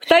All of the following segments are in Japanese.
二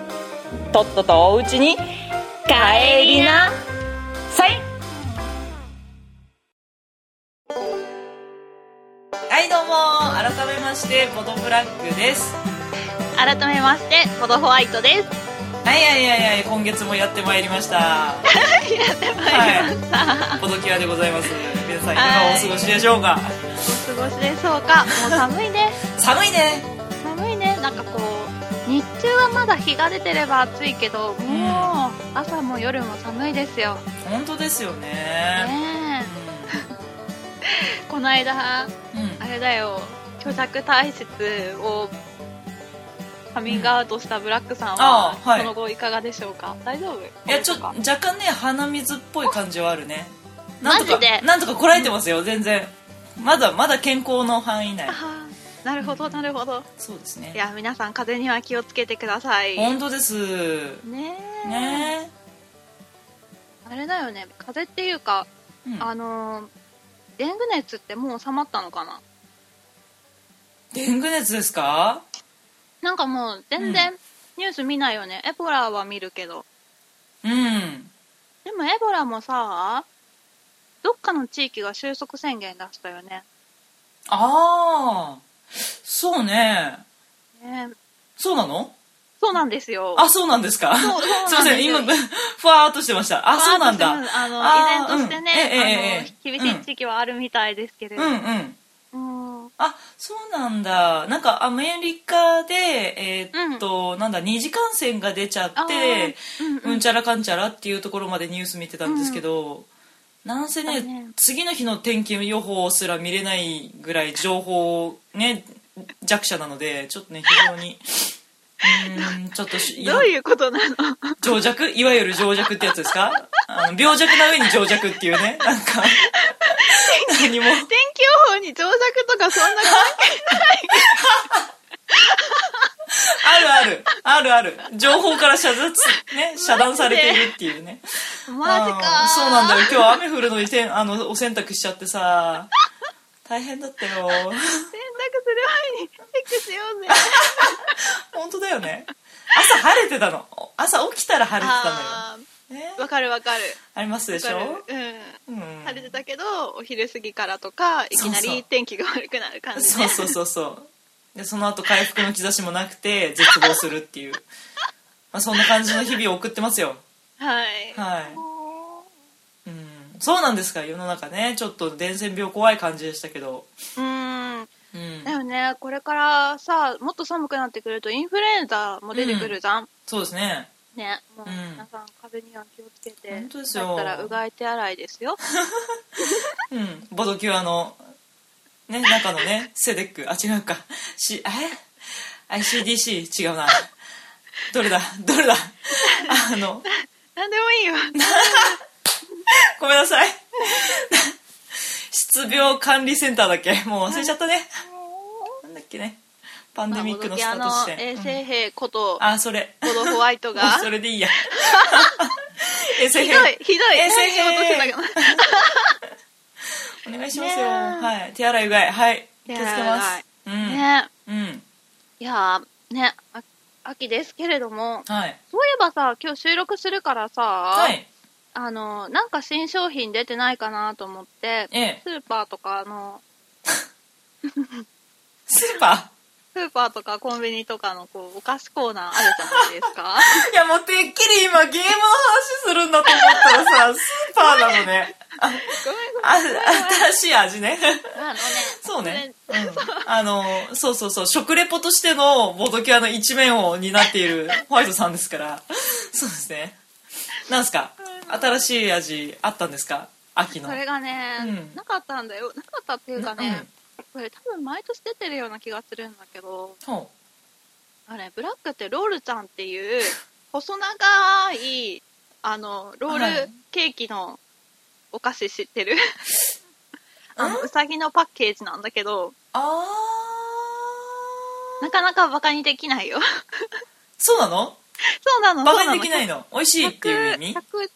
とっととおうちに帰りなさいはいどうも改めましてボドブラックです改めましてボドホワイトですはいはいはいはい今月もやってまいりましたやってまいりました、はい、ポドキュアでございます皆さんいかがお過ごしでしょうかお過ごしでしょうかもう寒いね寒いね寒いねなんかこう日中はまだ日が出てれば暑いけどもう、朝も夜も寒いですよ本当ですよねねえこの間うんあれだよ虚弱体質をカミングアウトしたブラックさんは、あはいその後いかがでしょうか大丈夫いやちょっと若干ね鼻水っぽい感じはあるねマなんジとかでなんとかこらえてますよ全然まだまだ健康の範囲内あーなるほどなるほどそうですいねや皆さん風邪には気をつけてください本当ですねえねあれだよね風邪っていうか、え、うんあのーデング熱ってもう収まったのかなデング熱ですかなんかもう全然ニュース見ないよね、エボラは見るけどうんでもエボラもさどっかの地域が収束宣言出したよねああそうねねえそうなのそうなんですよあそうなんですかすいうそうなまんですよせん今ふわーっとしてましたあそうなんだまああのあー依然としてね、うんええええあの厳しい地域はあるみたいですけれどうんうんうん、あそうなんだなんかアメリカでえーっと、なんだ二次感染が出ちゃあってーうんうんうんちゃらかんちゃらっていうところまでニュース見てたんですけど、なんせねそうね次の日の天気予報すら見れないぐらい情報ね弱者なのでちょっとね非常にうーんちょっとし どういうことな の情弱いわゆる情弱ってやつですかあの病弱な上に情弱っていうねなんか何も天気予報に情弱とかそんな関あるあるあるある情報から遮断,、ね、遮断されているっていうね係マジかうんーそうなんだよ今日雨降るのにてんあのお洗濯しちゃってさ大変だったよ洗濯する前にチェックしようぜ本当だよね朝晴れてたの朝起きたら晴れてたあのよ、ねー、わかるわかるありますでしわかょる、ううんん晴れてたけどお昼過ぎからとかいきなそうそうり天気が悪くなる感じねそうそうそうそうでその後回復の兆しもなくて絶望するっていう、まあ、そんな感じの日々を送ってますよはい、はいもうんそうなんですか世の中ねちょっと伝染病怖い感じでしたけどううんうんだよねこれからさもっと寒くなってくるとインフルエンザも出てくるじゃん、そうですねねもううん皆さん風邪には気をつけて本当ですよだったらうがい手洗いですようんボドキュアのね中のねセデックあ違うかし え ICDC 違うなどれだどれだあのなんでもいいよごめんなさい失病管理センターだっけもう忘れちゃったねなんだっけねパンデミックのスタート地まあ点ボドキアの衛、うん生兵ことあそれボドホワイト がそひれでいい や衛ど生い兵ひどい衛生兵何しようとしてたかお願いしますよ、ねえはい手洗いうがいはい気手をつ洗けいますうん、ねうんいやーねあ秋ですけれどもはいそういえばさ今日収録するからさ、はいあのなんか新商品出てないかなと思ってええスーパーとかあのスーパスーパーとかコンビニとかのこうお菓子コーナーあるじゃないです かーいやもうてっきり今ゲームの話するんだと思ったらさスーパーなのねあごめんごめんあ新しい味ねあのねそうね、こうんれ、あのそうそうそう食レポとしてのボードキュアの一面を担ってい るホワイトさんですからそうですねなんですか新しい味あったんですか秋のそれがね、うんなかったんだよなかったっていうかね、うんこれ多分毎年出てるような気がするんだけどほ あれブラックってロールちゃんっていう細長い、あの、ロはーいルケーキのお菓子知ってるうんあの、うさぎのパッケージなんだけど、あーなかなかバカにできないよ。 そうなのそうなの、バそカうなにの。できないの美味しいっていう意味 100,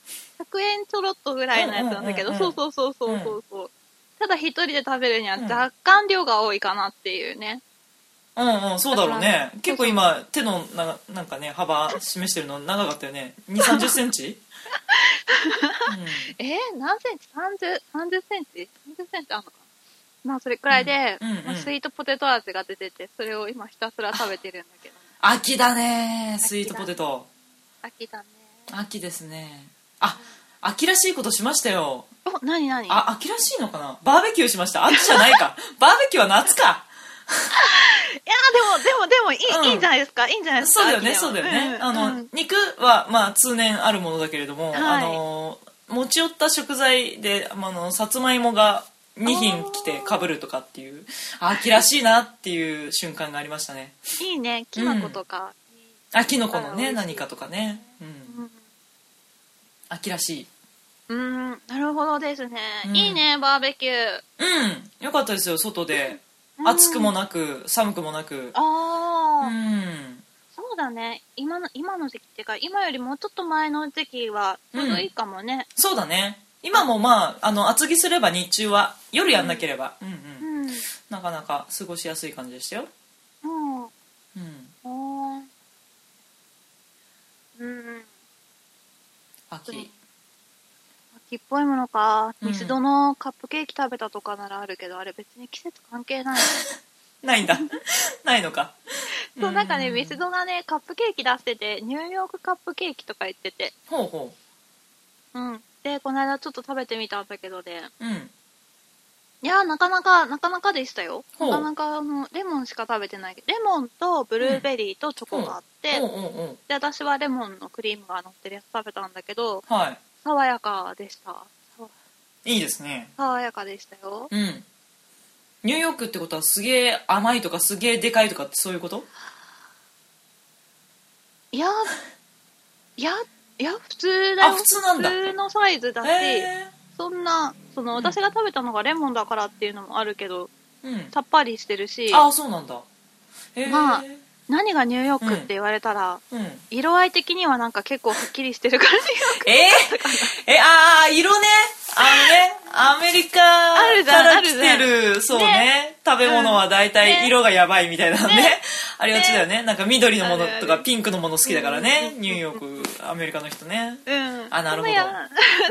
100円ちょろっとぐらいのやつなんだけど、うんうんうんそううんそうそうそうそうそう、ただ一人で食べるには若干量が多いかなっていうね、うんうんそうだろうだかね結構今手のななんかね幅示してるの長かったよね2 3 0セン チ、えー、何センチ ?30 30センチ ?30 センチあんのかなまあそれくらいで、うんうんうんまあスイートポテト味が出ててそれを今ひたすら食べてるんだけど秋だねスイートポテト秋だね秋ですねあ秋らしいことしましたよお何何あ秋らしいのかなバーベキューしました秋じゃない かバーベキューは夏かいやでもでもでもいい,、うんいいんじゃないですかいいんじゃないですかそうだよね秋はそうだよね、んあの、うん肉はまあ通年あるものだけれども、はいあの持ち寄った食材であのさつまいもが2品来てかぶるとかっていう秋らしいなっていう瞬間がありましたねいいねきな粉とか、あキノコのあねー美味しい何かとかね、うん、うん秋らしいうーん、なるほどですね。うんいいね、バーベキュー。うんよかったですよ外でうん暑くもなく寒くもなくうああ、んそうだね。今の、今の時期っていうか、今よりもうちょっと前の時期は、ちょうどいいかもね。そうだね今もまああの厚着すれば日中は夜やんなければ、うんうんうん。なかなか過ごしやすい感じでしたよ、うん。うん、おーうん。秋秋っぽいものか。うんミスドのカップケーキ食べたとかならあるけど、あれ別に季節関係ない。ないんだ ないのかそう、なんかね、ミスドドがね、カップケーキ出してて、ニューヨークカップケーキとか言ってて。ほうほうん。で、この間ちょっと食べてみたんだけどね。ううんいやーなかなか、なかなかでしたよ。ほなうかなか、あの、レモンしか食べてないけど、レモンとブルーベリーとチョコがあって、おうおうおうで、私はレモンのクリームが乗ってるやつ食べたんだけど、は爽やかでした。そういいいですね爽やかでしたよ。うんニューヨークってことはすげえ甘いとかすげえでかいとかってそういうこといや、いや、いや、普通だよ。あ普通なんだ普通のサイズだし、えそんな、その、私が食べたのがレモンだからっていうのもあるけど、えうんさっぱりしてるし、ああそうなんだへえまあ何がニューヨークって言われたら、うん、え色合い的にはなんか結構はっきりしてるから、ー、えああ色ねあのねアメリカるじかゃんらある来じゃてんるそうね食べ物は大体ね色がやばいみたいなねねありがちだよねなんか緑のものあとるかあるピンクのもの好きだからねうんニューヨークアメリカの人ねうん。あなるほどそんや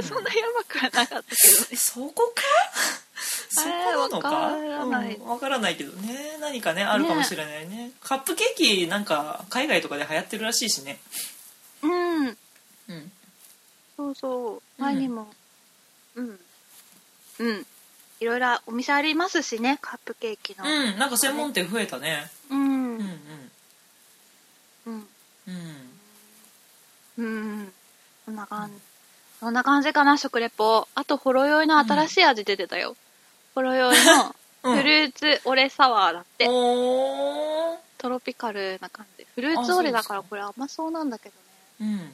そんなやばくはなかったけそこかそこなのかあれわからないうんわからないけどね何かねあるかもしれないねカップケーキなんか海外とかで流行ってるらしいしねど。ううん。んそうそう。前にも。うん。うん。いろいろお店ありますしね、カップケーキの。うんなんか専門店増えたねうん。ううんん。うん。うんうん。そんな感じ。そんな感じかな、食レポ。あと、ほろ酔いの新しい味出てたよ。ほろ酔いのうんフルーツオレサワーだって。おートロピカルな感じ。フルーツオレだから、あこれ甘そうなんだけどね。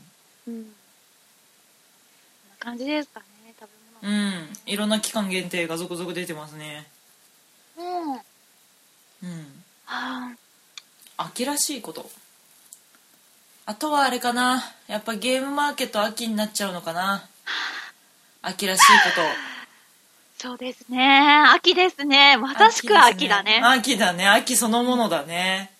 うんうん。こんな感じですかね、食べう物。んいろんな期間限定が続々出てますねうん。はうんあ、秋らしいことあとはあれかなやっぱゲームマーケット秋になっちゃうのかな秋らしいことそうですね。秋ですね。まさしく秋だね。秋だね秋そのものだね、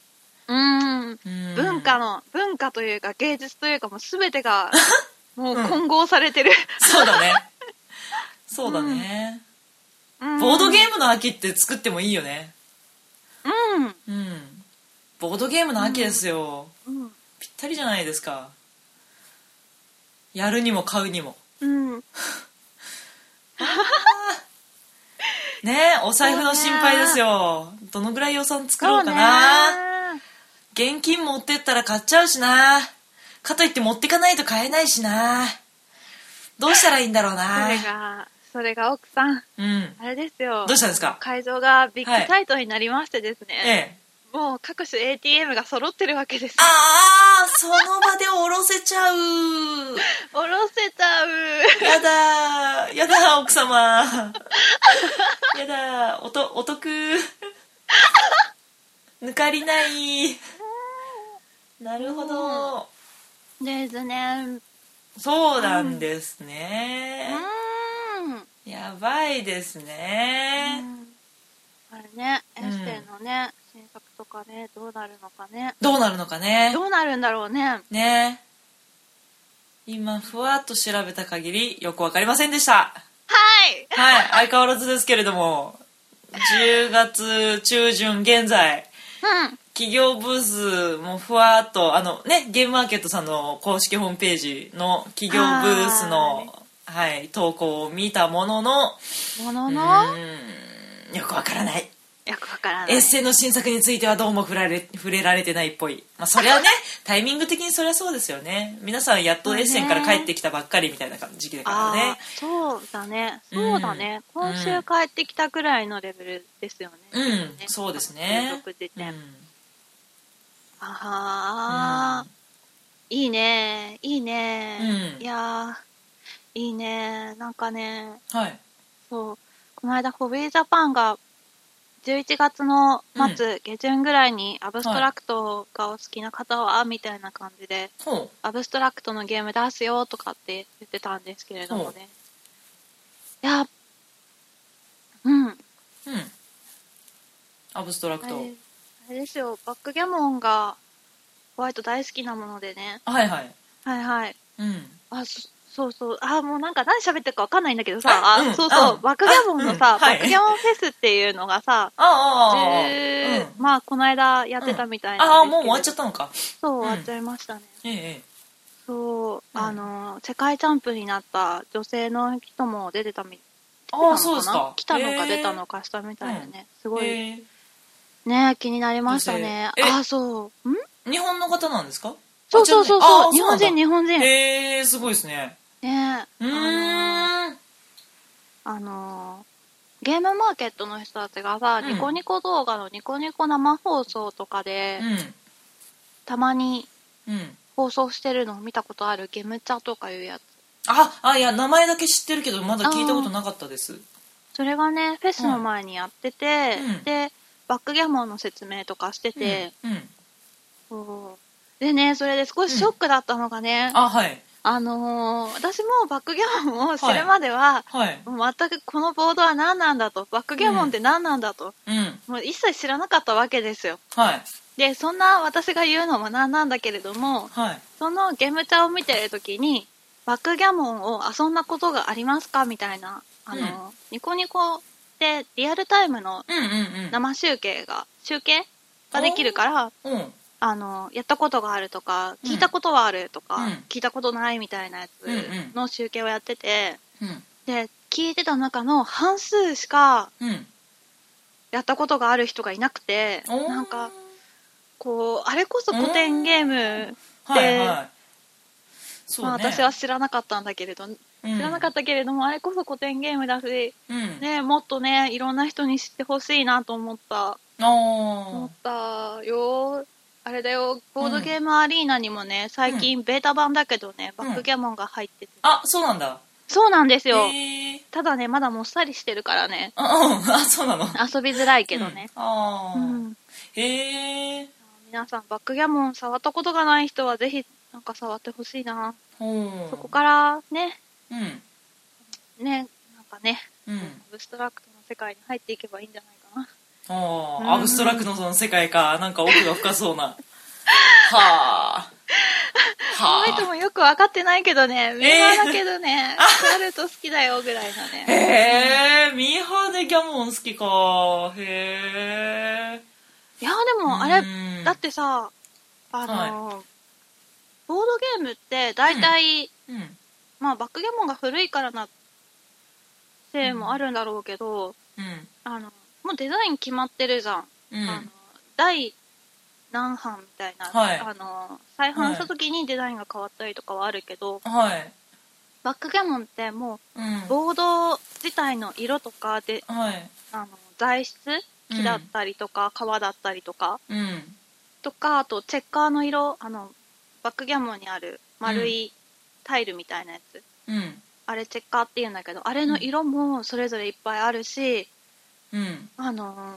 うん。うん文化の、文化というか芸術というかもう全て が、もううん混合されてる。そうだ ねそうだね、うんボードゲームの秋って作ってもいいよねうん。うんボードゲームの秋ですよ、うん。ぴったりじゃないですかやるにも買うにもうん。ねお財布の心配ですよどのぐらい予算作ろうかそなうね現金持ってったら買っちゃうしなかといって持ってかないと買えないしなどうしたらいいんだろうそなれが、それが奥さん、うんあれですよ。どうしたんですか会場がビッグサイトになりましてですね、ええもう各種 ATM が揃ってるわけですよああその場でおろせちちゃうおろせちゃう。やだーやだー奥様やだーおとお得抜かりないなるほどですね。そうなんですうねーん。やばいですねあれね、エうんッセイのね、新作とかね、どうなるのかね。どうなるのかねどうなるんだろうね。ね今ふわっと調べた限りよくわかりませんでしたはいはい相変わらずですけれども10月中旬現在うん。企業ブースもふわーっとあのねゲームマーケットさんの公式ホームページの企業ブースのはい投稿を見たもののもうのの、ーんよくわからないよくわからない。エッセイの新作についてはどうも触られ触れられてないっぽい、まあ、それ はねタイミング的にそりゃそうですよね皆さんやっとエッセンから帰ってきたばっかりみたいな感じ時期だからあねーそうだね。そうだね。今週帰ってきたくらいのレベルですよね。うんそうですね収録時うん点。あはー、いいね。いいね。うんいやー、いいね。なんかね、はいそう。この間、ホビージャパンが、11月の末、下旬ぐらいに、アブストラクトがお好きな方は、みたいな感じで、ほアブストラクトのゲーム出すよとかって言ってたんですけれどもね。いや、うん。ううんアブストラあクれト、あれですよ、バックギャモンが、ホワイト大好きなものでね。はいはいはいはい。うんあ、そそうそう。あ、もうなんか何喋ってるかわかんないんだけどさ、ああうんそうそう、うんバックギャモンのさ、あうんはいバックギャモンフェスっていうのがさ、あああああ10まあこの間やってたみたいあ、なああんもう終わっちゃですったのかけどそううん終わっちゃいましたね、ええそううんあの世界チャンプになった女性の人も出てたみああ出たそうのですかかな来たのへかえ出たのかしたみたいなね、すごいへえね気になりましたね女性えあそううん日本の方なんですかそうそうそうあそうじ日ゃあ本ね人日本人ねへえすごいですねあうのーんあのゲームマーケットの人たちがさ、うんニコニコ動画のニコニコ生放送とかで、たまにうんうん放送してるのを見たことあるゲムチャとかいうやつああいや名前だけ知ってるけどまだ聞いたことなかったですそれがねフェスの前にやってて、うんでバックギャモンの説明とかしてて、うんうんそうでねそれで少しショックだったのがね、あはいあのー私もバックギャモンを知るまでは、はいもう全くこのボードは何なんだとバックギャモンって何なんだと、うんもう一切知らなかったわけですよはいでそんな私が言うのも何なんだけれどもはいそのゲームチャを見てる時にバックギャモンを遊んだことがありますかみたいなあの、ニコニコでリアルタイムのうんうん生集計が集計ができるからうんうんあのやったことがあるとかうん聞いたことはあるとか、うん聞いたことないみたいなやうんうんつの集計をやってて、うんで聞いてた中の半数しかうんやったことがある人がいなくておーなんかこうあれこそ古典ゲームはいはいそうまあね私は知らなかったんだけれど知知らなかったけれども、あれこそ古典ゲームだし、うんね、もっとねいろんな人に知ってほしいなと思った、思あったよあれだよボードゲームアリーナにもね最近ベータ版だけどね、うんバックギャモンが入ってて、ああそうなんだそうなんですへよ、えただねまだもっさりしてるからねあうんあそうなの遊びづらいけどね、うんあうんあへえ皆さんバックギャモン触ったことがない人はぜひなんか触ってほしいな、ほうそこからねうんねなんかねうんアブストラクトの世界に入っていけばいいんじゃないかなあうんあアブストラクトの世界かなんか奥が深そう なはあこの人はもよく分かってないけどね、ミーハーだけど ね、あやると好きだよぐらいのあへね。えミーハーでギャモン好きかへえいや、でもあれ、うんだってさ、あの、ボードゲームって大体、うんまあバックギャモンが古いからなせいもあるんだろうけど、うんあの、もうデザイン決まってるじゃん。うんあの第何版みたいな、はいあの、再販した時にデザインが変わったりとかはあるけど、はいバックギャモンってもうんう、ボード自体の色とかで、はいあの材質木だったりとか、革だったりとかうんとかあとチェッカーの色あのバックギャモンにある丸いタイルみたいなやつ、うんあれチェッカーっていうんだけどあれの色もそれぞれいっぱいあるし、うんあのー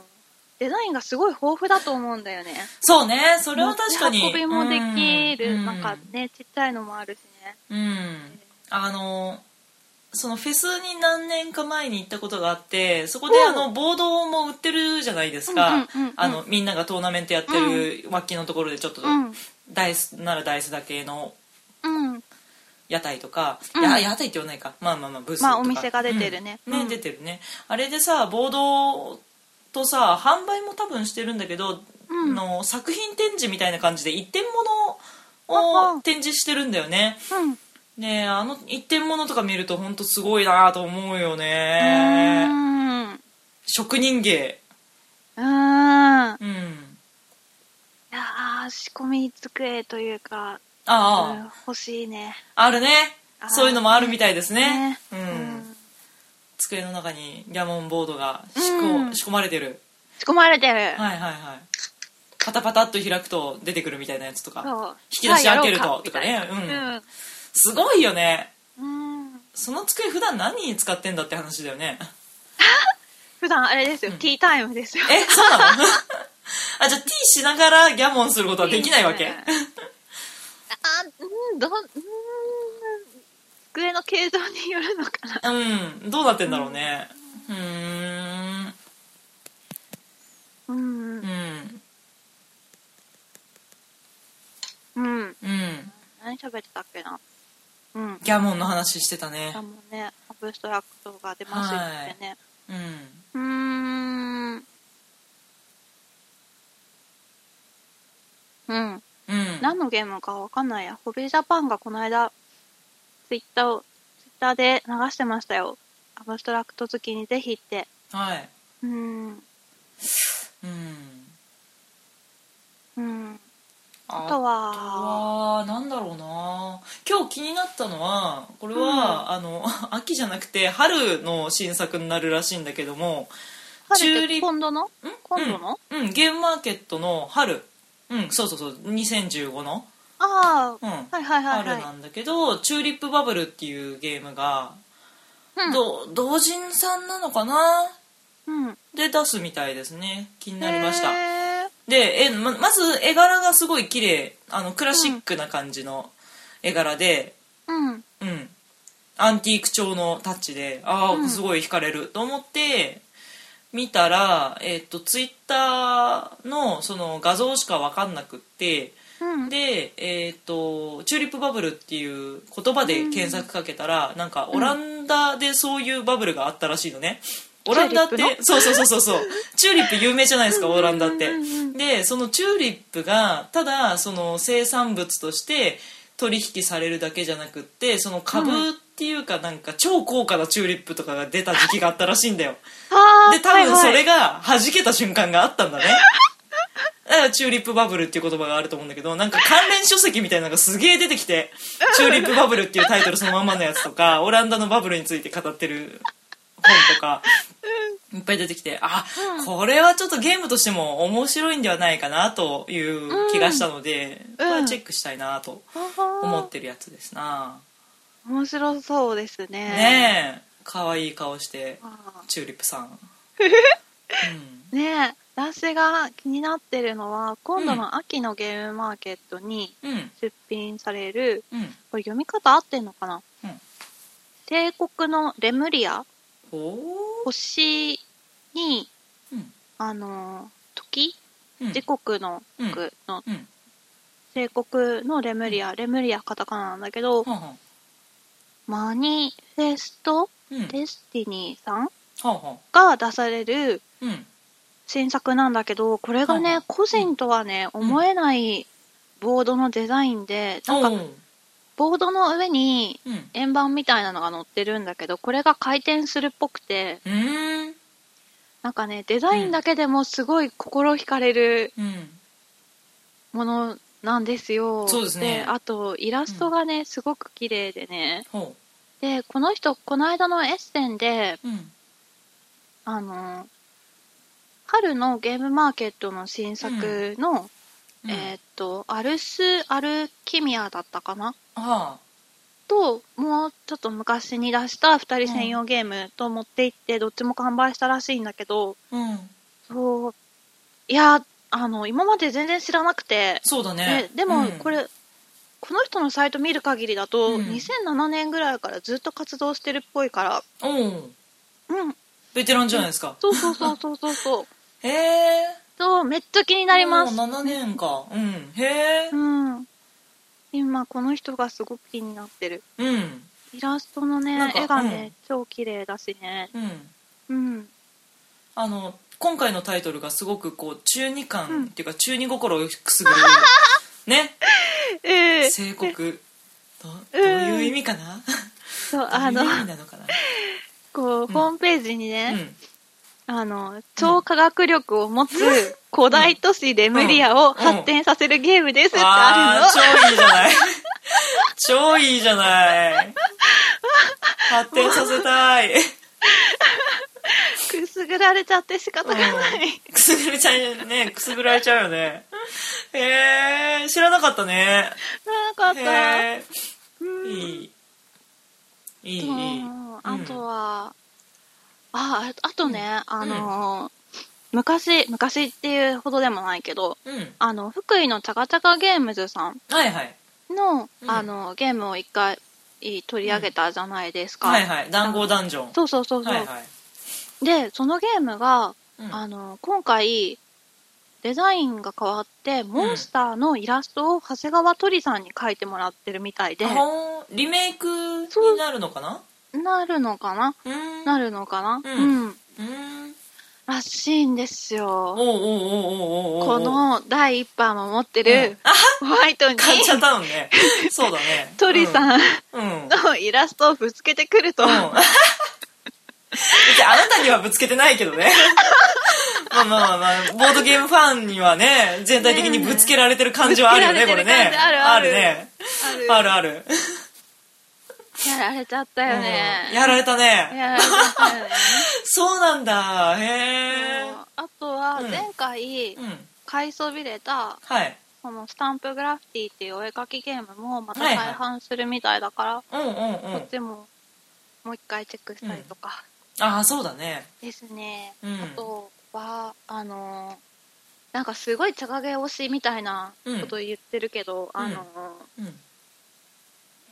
デザインがすごい豊富だと思うんだよねそうねそれは確かに持ち運びもできる、うんなんかねちっちゃいのもあるしねうんあのそのフェスに何年か前に行ったことがあってそこでうんあのボードも売ってるじゃないですかうんうんうんうんあのみんながトーナメントやってる脇のところでちょっとダイスならダイスだけのうんうん屋台とか、うんいや屋台って言わないかまあまあまあブースとかまあお店が出てるねうんね、うん出てるねあれでさボードとさ販売も多分してるんだけど、うんの作品展示みたいな感じで一点あ物はを展示してるんだよねうんねえあの一点物とか見ると本当すごいなと思うようねーんう職人芸ーんうんいやー仕込み机というか、ああ、うん欲しいねあるねあーそういうのもあるみたいですねううんん机の中にギャモンボードが仕込,、うん仕込まれてる仕込まれてる、はいはいはいパタパタっと開くと出てくるみたいなやつとかそう引き出し開けるとさあやろうとかねみたいなすごいよねうん、うんその机普段何に使ってんだって話だよね普段あれですよ、ティータイムですよえそうなの あじゃあ T しながらギャモンすることはできないわけあうんどうん机の形状によるのかなうんどうなってんだろうねうーん うんうんうんうん何喋ってたっけなうんギャモンの話してたねあもうねアブストラクトが出ますよってね、うんうーんうんうん何のゲームかわかんないやホビージャパンがこの間ツイッターをツイッターで流してましたよアブストラクト好きにぜひってはいうんうんうんああとあはとはなんだろうな今日気になったのはこれは、あの 秋じゃなくて春の新作になるらしいんだけどもチューリップ今度の今度の、うんゲームマーケットの春うんそうそうそう2015の、あうんあはいはいはい春はいなんだけど「チューリップバブル」っていうゲームが、うんど同人さんなのかなうんで出すみたいですね気になりましたへーでえままず絵柄がすごい綺麗あのクラシックな感じの絵柄で、うんうん、アンティーク調のタッチでああ、うんすごい惹かれると思って見たら、えっとツイッターのその画像しか分かんなくってうんで、えっとチューリップバブルっていう言葉で検索かけたら、なんかオランダでそういうバブルがあったらしいのね。オランダってチューリッそうそうそうそうそうチューリップ有名じゃないですかオランダってうんうんうんうんでそのチューリップがただその生産物として取引されるだけじゃなくってその株っていうかなんか超高価なチューリップとかが出た時期があったらしいんだよあーで多分それはいが弾けた瞬間があったんだね だからチューリップバブルっていう言葉があると思うんだけどなんか関連書籍みたいなのがすげえ出てきて「チューリップバブル」っていうタイトルそのまんまのやつと かオランダのバブルについて語ってる本とかいっぱい出てきてあ、うんこれはちょっとゲームとしても面白いんではないかなという気がしたので、うんこれはチェックしたいなとはいあー思ってるやつですな、面白そうですねねえ可愛い顔してあチューリップさ ん、うん、ーねえ私が気になってるのは今度の秋のゲームマーケットにうん出品される、うんこれ読み方合ってんのかな、うん帝国のレムリアおー星にうんあのー時うん時刻の国の、うん帝国のレムリア、レムリアカタカナなんだけど、はんはんマニフェスト・うんはデスティニーさんんはんが出されるうん新作なんだけどこれがね、うん個人とはね、ん思えないボードのデザインで、なんおかーボードの上にうん円盤みたいなのが載ってるんだけどこれが回転するっぽくてうーんなんかねデザインだけでもすごい心惹かれるうんものなんですよそうですねあとイラストがね、すごく綺麗でねほでこの人この間のエッセンでううんあの春のゲームマーケットの新作の、うんえーっとアルス・アルキミアだったかなあともうちょっと昔に出した2人専用ゲームと持って行ってどっちも完売したらしいんだけどあうんそういやあの今まで全然知らなくてそうだねででもうんこれ、この人のサイト見る限りだと、うん2007年ぐらいからずっと活動してるっぽいからうんうんベテランじゃないですかそうそうそうそうそ うそうへえそうめっちゃ気になりますもう7年かうんへえうん今この人がすごく気になってるうんイラストなのねんか絵がね、うん超綺麗だしねうんうんあの今回のタイトルがすごくこう中二感、うんっていうか中二心をくすぐる ねええ聖国どどういう意味かな、そうああののどういう意味なの かな、こう、ホームページにね、うん、あの超科学力を持つ古代都市レムリアを発展させるゲームですってあるあのあ、超いいじゃない超いいじゃない発展させたいくすぐられちゃって仕方がない、くすぐれちゃうねくすぐられちゃうよねへえ知らなかったねなかった、へえうん、いいいいいそういあとは、あああとね、あの昔昔っていうほどでもないけどうん、うん、あの福井のチャカチャカゲームズさんはいはいの,、うんあのゲームを一回取り上げたじゃないですか、はいはい談合ダンジョンそうそうそうそう、はいはいでそのゲームが、うんあの今回デザインが変わってモンスターのイラストを長谷川鳥さんに描いてもらってるみたいで、あーリメイクになるのかななるのかなうーんなるのかなうんうん、うーんらしいんですおようおうおうおうおうおうこの第一版を持ってうんるホワイトに買っちゃったのねそうだね 鳥んさんうん、うんのイラストをぶつけてくると、別にあなたにはぶつけてないけど ねまあまあまあまあボードゲームファンにはね全体的にぶつけられてる感じはあるよねねえこれねぶつけられてる感じあるあるねああるるある、やられちゃったよね、うんやられたねやられちゃったよねそうなんだへえそうあとはうん前回うん買いそびれたはいそのスタンプグラフィティっていうお絵描きゲームもまたはい再はい販するみたいだから、うんうんうこんっちももう一回チェックしたりとかああそうだねですね、うんあとはあのーなんかすごい茶影推しみたいなこと言ってるけど、うんあのーうん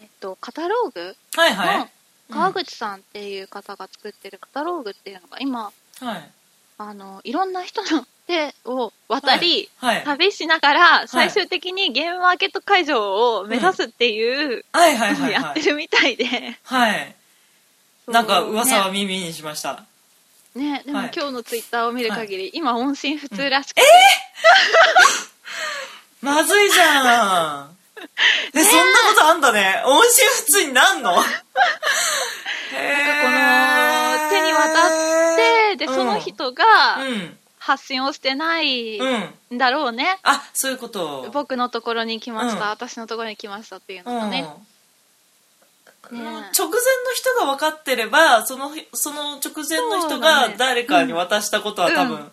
えっと、カタローグはいはい、の川口さんっていう方が作ってるカタローグっていうのが今はいあのいろんな人の手を渡り、はい、はい旅しながら最終的にゲームマーケット会場を目指すっていうはいはいのをはいやっはているみたいで、はいなんか噂はね耳にしました、ねでもはい今日のツイッターを見る限り、今音信不通らしくて、まずいじゃんえ、そんなことあんだね音信不通になんの へなんかこの手に渡えででその人がうん発信をしてないうん、うん、んだろうね、あそういうこと僕のところに来ました、うん私のところに来ましたっていううんのがね、うんね直前の人が分かってればそのその直前のそ人うだがね誰かに渡したことは多う分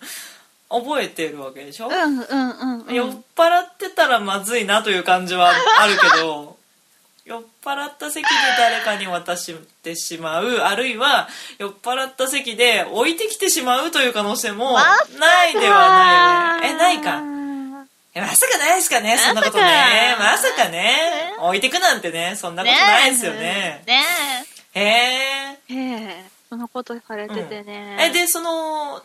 覚えてるわけでしょ、うんうんうんうん酔っ払ってたらまずいなという感じはあるけ ど酔っ払った席で誰かに渡してしまうあるいは酔っ払った席で置いてきてしまうという可能性もないではないよねえないかえまさかないですかねそんなことねままささかね置いてくなんてねそんなことないですよねねへええええそのことされててね、えでその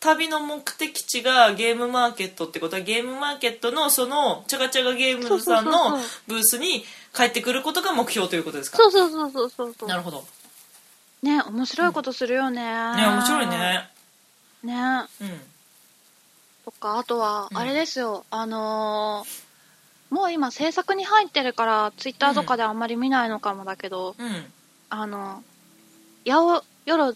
旅の目的地がゲームマーケットってことはゲームマーケットのそのチャガチャガゲームズさんそのうそうそうそうブースに帰ってくることが目標ということですかそうそうそうそうそうそうなるほどねね面白いことするよね、ね面白いねねうんとかあとはうんあれですよ、あのーもう今制作に入ってるからツイッターとかであんまり見ないのかもだけど、うんあのやおよろ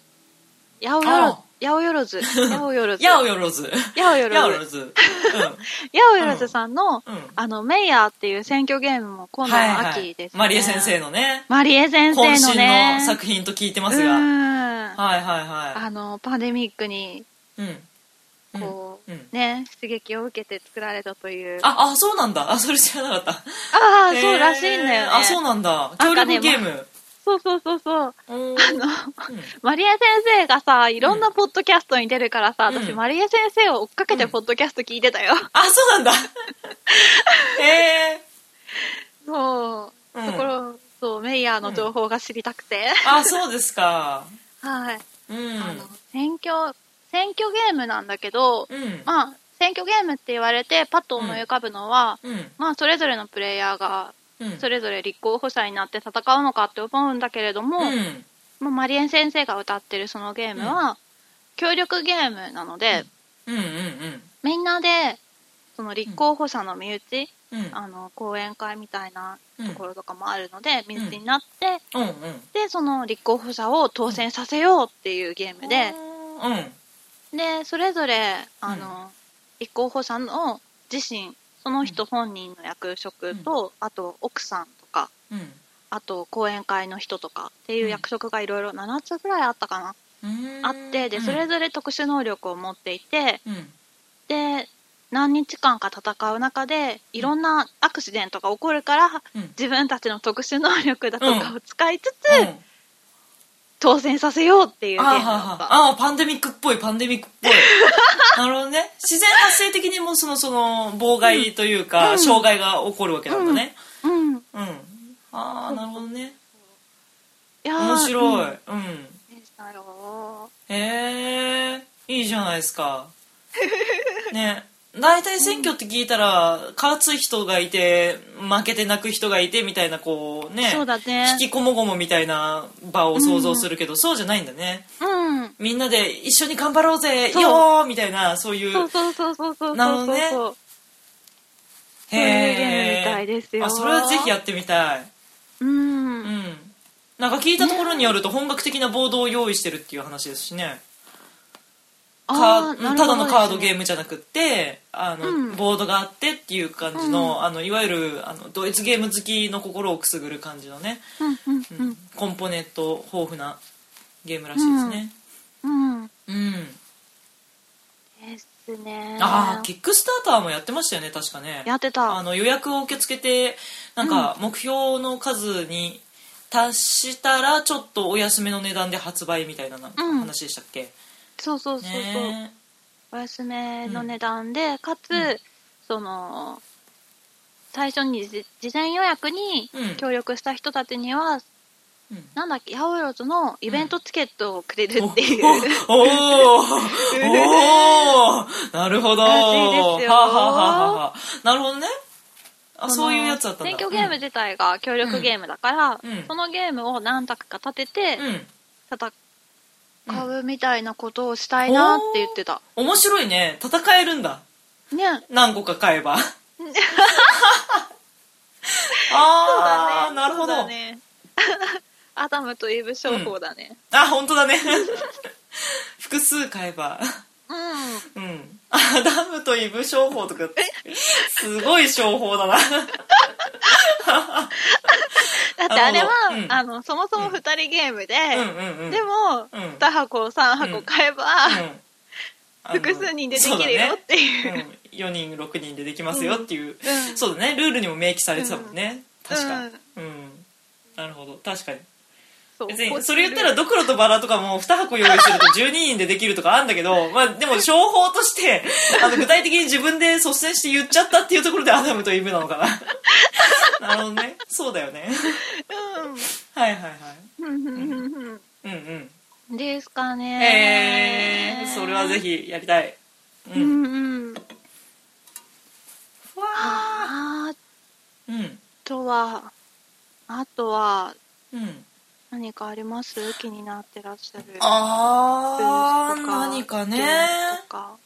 やおよあろやおよろずやおよろずやおよろずやおよやおよろろずずやおよろずさんの、うんうんあのメイヤーっていう選挙ゲームも今度はいのは秋いです、ねマリエ先生のねマリエ先生の渾身ねの作品と聞いてますうがはいんはいはあのパンデミックにいうんこう、うんうんね刺激を受けて作られたというあああそうなんだあそれ知らなかったあーへーそうらしいんだよねあそうなんだな協んかね力ゲームそうそうそうそうおーうんマリエ先生がさいろんなポッドキャストに出るからさ、うん私うんマリエ先生を追っかけてうんポッドキャスト聞いてたよ、あそう なんだへえそう、うんところそうメイヤーの情報が知りたくて、あそうですかはい、うんあの選挙選挙ゲームなんだけど、うんまあ選挙ゲームって言われてパッと思い浮かぶのは、うんまあそれぞれのプレイヤーがうんそれぞれ立候補者になって戦うのかって思うんだけれども、うんまあマリエン先生が歌ってるそのゲームは、協力ゲームなので、うんうんうんみんなでその立候補者の身内、うんあの講演会みたいなうんところとかもあるので、身内になって、うんうんでその立候補者を当選させようっていうゲームで、うんでそれぞれあの、立候補者の自身その人本人の役職と、あと奥さんとかうんあと講演会の人とかっていう役職がいろいろ7つぐらいあったかな、うんあってでそれぞれ特殊能力を持っていてうんで何日間か戦う中でいろんなアクシデントが起こるからうん自分たちの特殊能力だとかを使いつつ、うん当選させようっていうゲーあームはーだっはーた。あーパンデミックっぽいパンデミックっ ぽいなるほどね自然発生的にもそのその妨害というか、うん障害が起こるわけなんだねうん、いうん、ああなるほどねやー面白うんいうん、でしたよへえいいじゃないですか ね大体選挙って聞いたら、勝つ人がいて負けて泣く人がいてみたいなこうねそうだね引きこもごもみたいな場を想像するけど、そうじゃないんだねうん。みんなで一緒に頑張ろうぜそうよーみたいなそういうそうそうそうそうそうそうそう。なるほどねそういうゲームみたいですよあそれはぜひやってみたいうん。うんなんか聞いたところによると本格的なボードを用意してるっていう話ですしねあーカーただのカードゲム。ームじゃなくってあの、うんボードがあってっていう感じの,、あのいわゆるあのドイツゲーム好きの心をくすぐる感じのね、うんうんうんコンポーネント豊富なゲームらしいですね。うん。うん。うんですね。ああキックスターターもやってましたよね確かねやってあた。の予約を受け付けてなんか目標の数に達したらちょっとお安めの値段で発売みたいななんかうん話でしたっけ、そうそうそうそう。ねお安めの値段で、かつ、その、最初にじ事前予約にうん協力した人たちには、えなんだっけ、八百万のイベントチケットをくれるっていう、おおおおーなるほどらしいですはあよはあはあはあなるほどねあこのそういうやつだったんだ選挙ゲーム自体が協力ゲームだから、うんそのゲームを何択か立ててうん、うん戦ううみたいなことをしたいなって言ってた、面白いね戦えるんだね何個か買えばああ、なるほ そうだど、ねアダムとイブ商法だねあ本当だね 複数買えばうん、うんアダムとイブ商法とかすごい商法だなだってあなれはるほどうんあのそもそも2人ゲームで、うんうんうんでも、うん2箱3箱買えば、うんあの複数人でできるよっていうそうだねうん、4人6人でできますよっていう、うんそうだねルールにも明記されてたもんね、うん確かうん、なるほど確かにそう別にこうそれ言ったらドクロとバラとかも2箱用意すると12人でできるとかあんだけど、まあ、でも商法としてあの具体的に自分で率先して言っちゃったっていうところでアダムとイブなのかななるほどねそうだよねはいはいはいうんうんうんううんんうんうんですかねえー、それはぜひやりたいうん、うんうんわああうんとはあとはうん何かあります気になってらっしゃるあーブースとか何かゲねームとか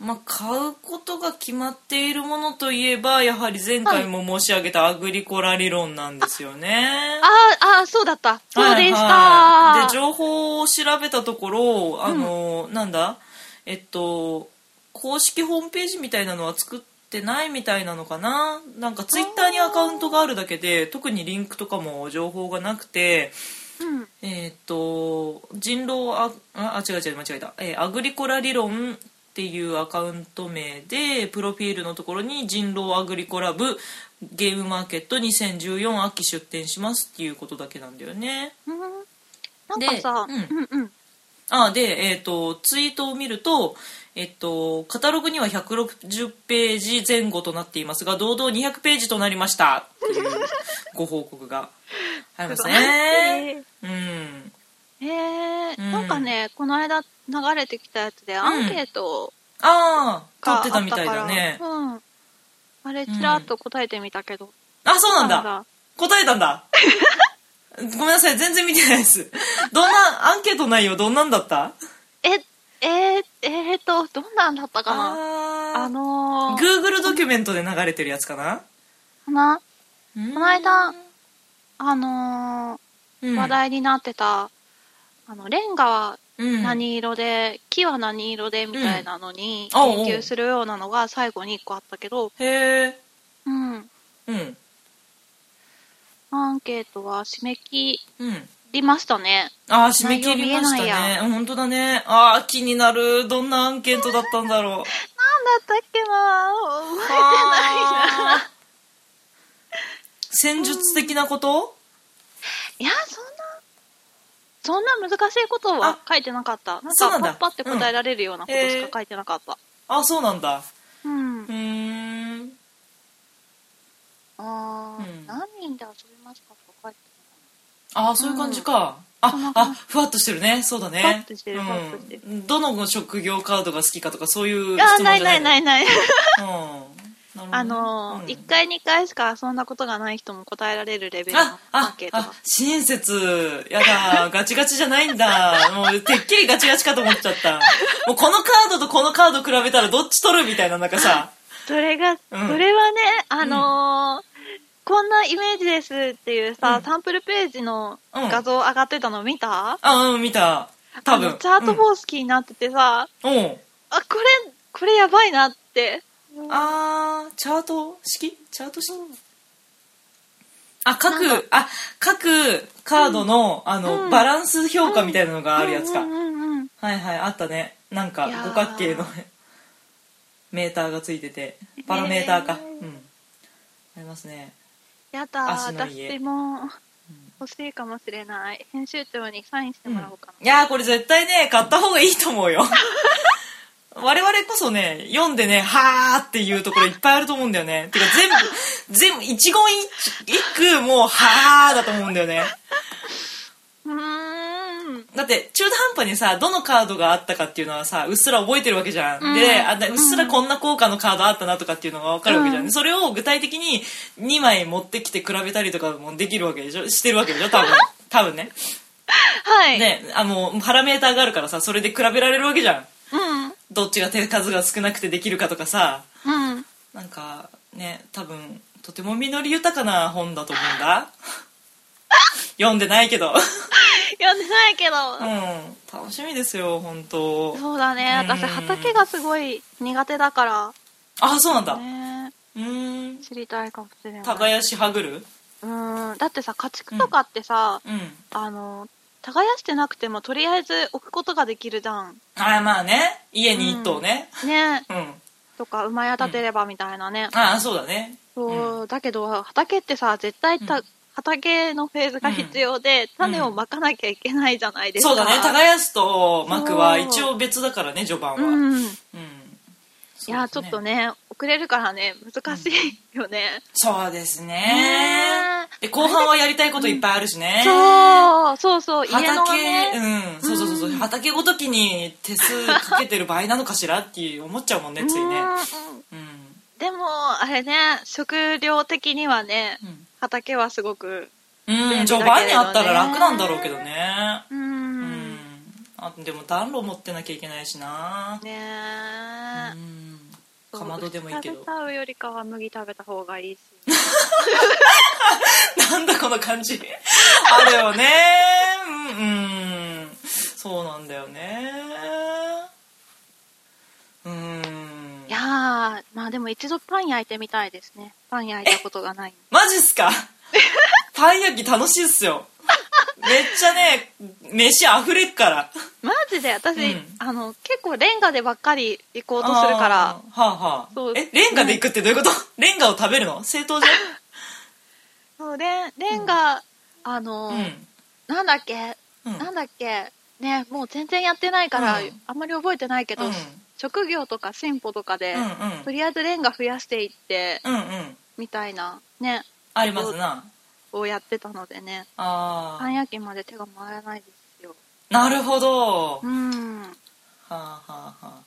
まあ買うことが決まっているものといえばやはり前回も申し上げたアグリコラ理論なんですよねあーあーそうだったそうでした、はいはいで情報を調べたところあの、なんだえっと公式ホームページみたいなのは作ってないみたいなのかななんかツイッターにアカウントがあるだけで特にリンクとかも情報がなくてうんえーっと人狼あああ違う違う間違えた、えーアグリコラ理論っていうアカウント名でプロフィールのところに「人狼アグリコラ部ゲームマーケット2014秋出店します」っていうことだけなんだよね。うんなんかさ、でううんん、うんうんあで、えー、とツイートを見ると、えっと、カタログには160ページ前後となっていますが堂々200ページとなりましたっていうご報告がありますね。うん、えーうんなんかねこの間流れてきたやつでアンケートあがああっ撮ったてたから、みたいだね。うん、あれちらっと答えてみたけど、あそうなんだだ答えたん だごめんなさい全然見てないですどんなアンケート内容どんなんだったええー、えー、とどんなんだったかなああののー、 Google ドキュメントで流れてるやつかなかなここの間、あのー話題になってた、あのレンガは何何色で、木は何色でみたいなのにうんおうおう研究するようなのが最後に1個あったけど、へえうん、うんアンケートは締め切うんりましたねあー締め切りました内容見えないねうん本当だねあー気になるどんなアンケートだったんだろうなんだったっけ な覚あー戦術的なこと えいやそんなそんな難しいことは書いてなかったなんそうなかんパだッパって答えられるようなことうんしか書いてなかった、あそうなんだうん、うーんあーうん何人で遊びますかとか書いてああそういう感じか、あそんな感あじふわっとしてるねそうだねふわっとしてるうんふわっとしてるどの職業カードが好きかとかそういう質問じなゃいあーないないいないないうんなるほどねあのーうん1回2回しか遊んだことがない人も答えられるレベルのあアンあケートあが親切やだ ガチガチじゃないんだもうてっきりガチガチかと思っちゃったもうこのカードとこのカード比べたらどっち取るみたいななんかさそれが、うんそれはねあのーこんなイメージですっていうさ、うんサンプルページのうん画像上がってたの見た、あうん見た多あ分のチャート方式になっててさ、うん、うんあこれこれやばいなってあーチャート式チャート式、あ各あ各カードの,、あのうんバランス評価みたいなのがあるやつか、うんうんうんうんはいはいあったねなんかいやー五角形の メーターがついててパラメーターか、ねうんありますねやだ足の家私も欲しいかもしれない編集長にサインしてもらおうかな、いやーこれ絶対ね買った方がいいと思 うよ我々こそね読んでねはーっていうところいっぱいあると思うんだよねてか全部全部一言一一句もうはーだと思うんだよねうーんだって中途半端にさどのカードがあったかっていうのはさうっすら覚えてるわけじゃん、うんであだうっすらこんな効果のカードあったなとかっていうのが分かるわけじゃん、うんそれを具体的に2枚持ってきて比べたりとかもできるわけでしょしてるわけでしょ多分多分ね はい、ねあのパラメーターがあるからさそれで比べられるわけじゃんうどっちが手数が少なくてできるかとかさんうんなんかね多分とても実り豊かな本だと思うんだ読んでないけど読んでないけど、うん楽しみですよ本当そうだねうん私畑がすごい苦手だかあそうなんだらねうーん知りたいかもしれない耕しはぐるうんだってさ家畜とかってさ、うんあの耕してなくてもとりあえず置くことができるじ ゃんああまあね家に一頭ねねうん、とか馬屋建てればみたいなね、ああそうだねそう、だけど畑ってさ絶対た、うん畑のフェーズが必要で、種をまかなきゃいけないじゃないですか。そうだね耕すと幕はそう一応別だからね序盤はうん、うん。いそうや、ですちょねっとね、遅れるからね、難しいよね。そうですねねで後半はやりたいこといっぱいあるしね、そう、そうそう、家のが畑、ね、うんそうそうそうそう、畑ごときに手数かけてる場合なのかしらって思っちゃうもんねついねうんうんうん、でも、あれね、食料的にはね、畑はすごく、うん便利だけれどね序盤にあったら楽なんだろうけどねううんん、あでも暖炉持ってなきゃいけないしなねうえ、んかまどでもいいけ牛ど食べちゃうよりかは麦食べた方がいいし。 なんだこの感 じあるよねうん、うん、そうなんだよねうんいやー、まあでも一度パン焼いてみたいですね。パン焼いたことがない。マジっすかパン焼き楽しいっすよちゃね飯あふれっから マジで私、うんあの結構レンガでばっかり行こうとするからあーはあはあそうえレンガで行くってどういうこと、レンガを食べるの正当じそうレンレンガ、あの、ゃんうなんだっけ、んうんなんだっけねもう全然やってないから、うんあんまり覚えてないけど、うん職業とか進歩とかで、うんとりあえずレンガ増やしていって、うんうんうんみたいなねありますなをやってたのでねあパン焼きまで手が回らないですよあなるほど、うはんあはあはあ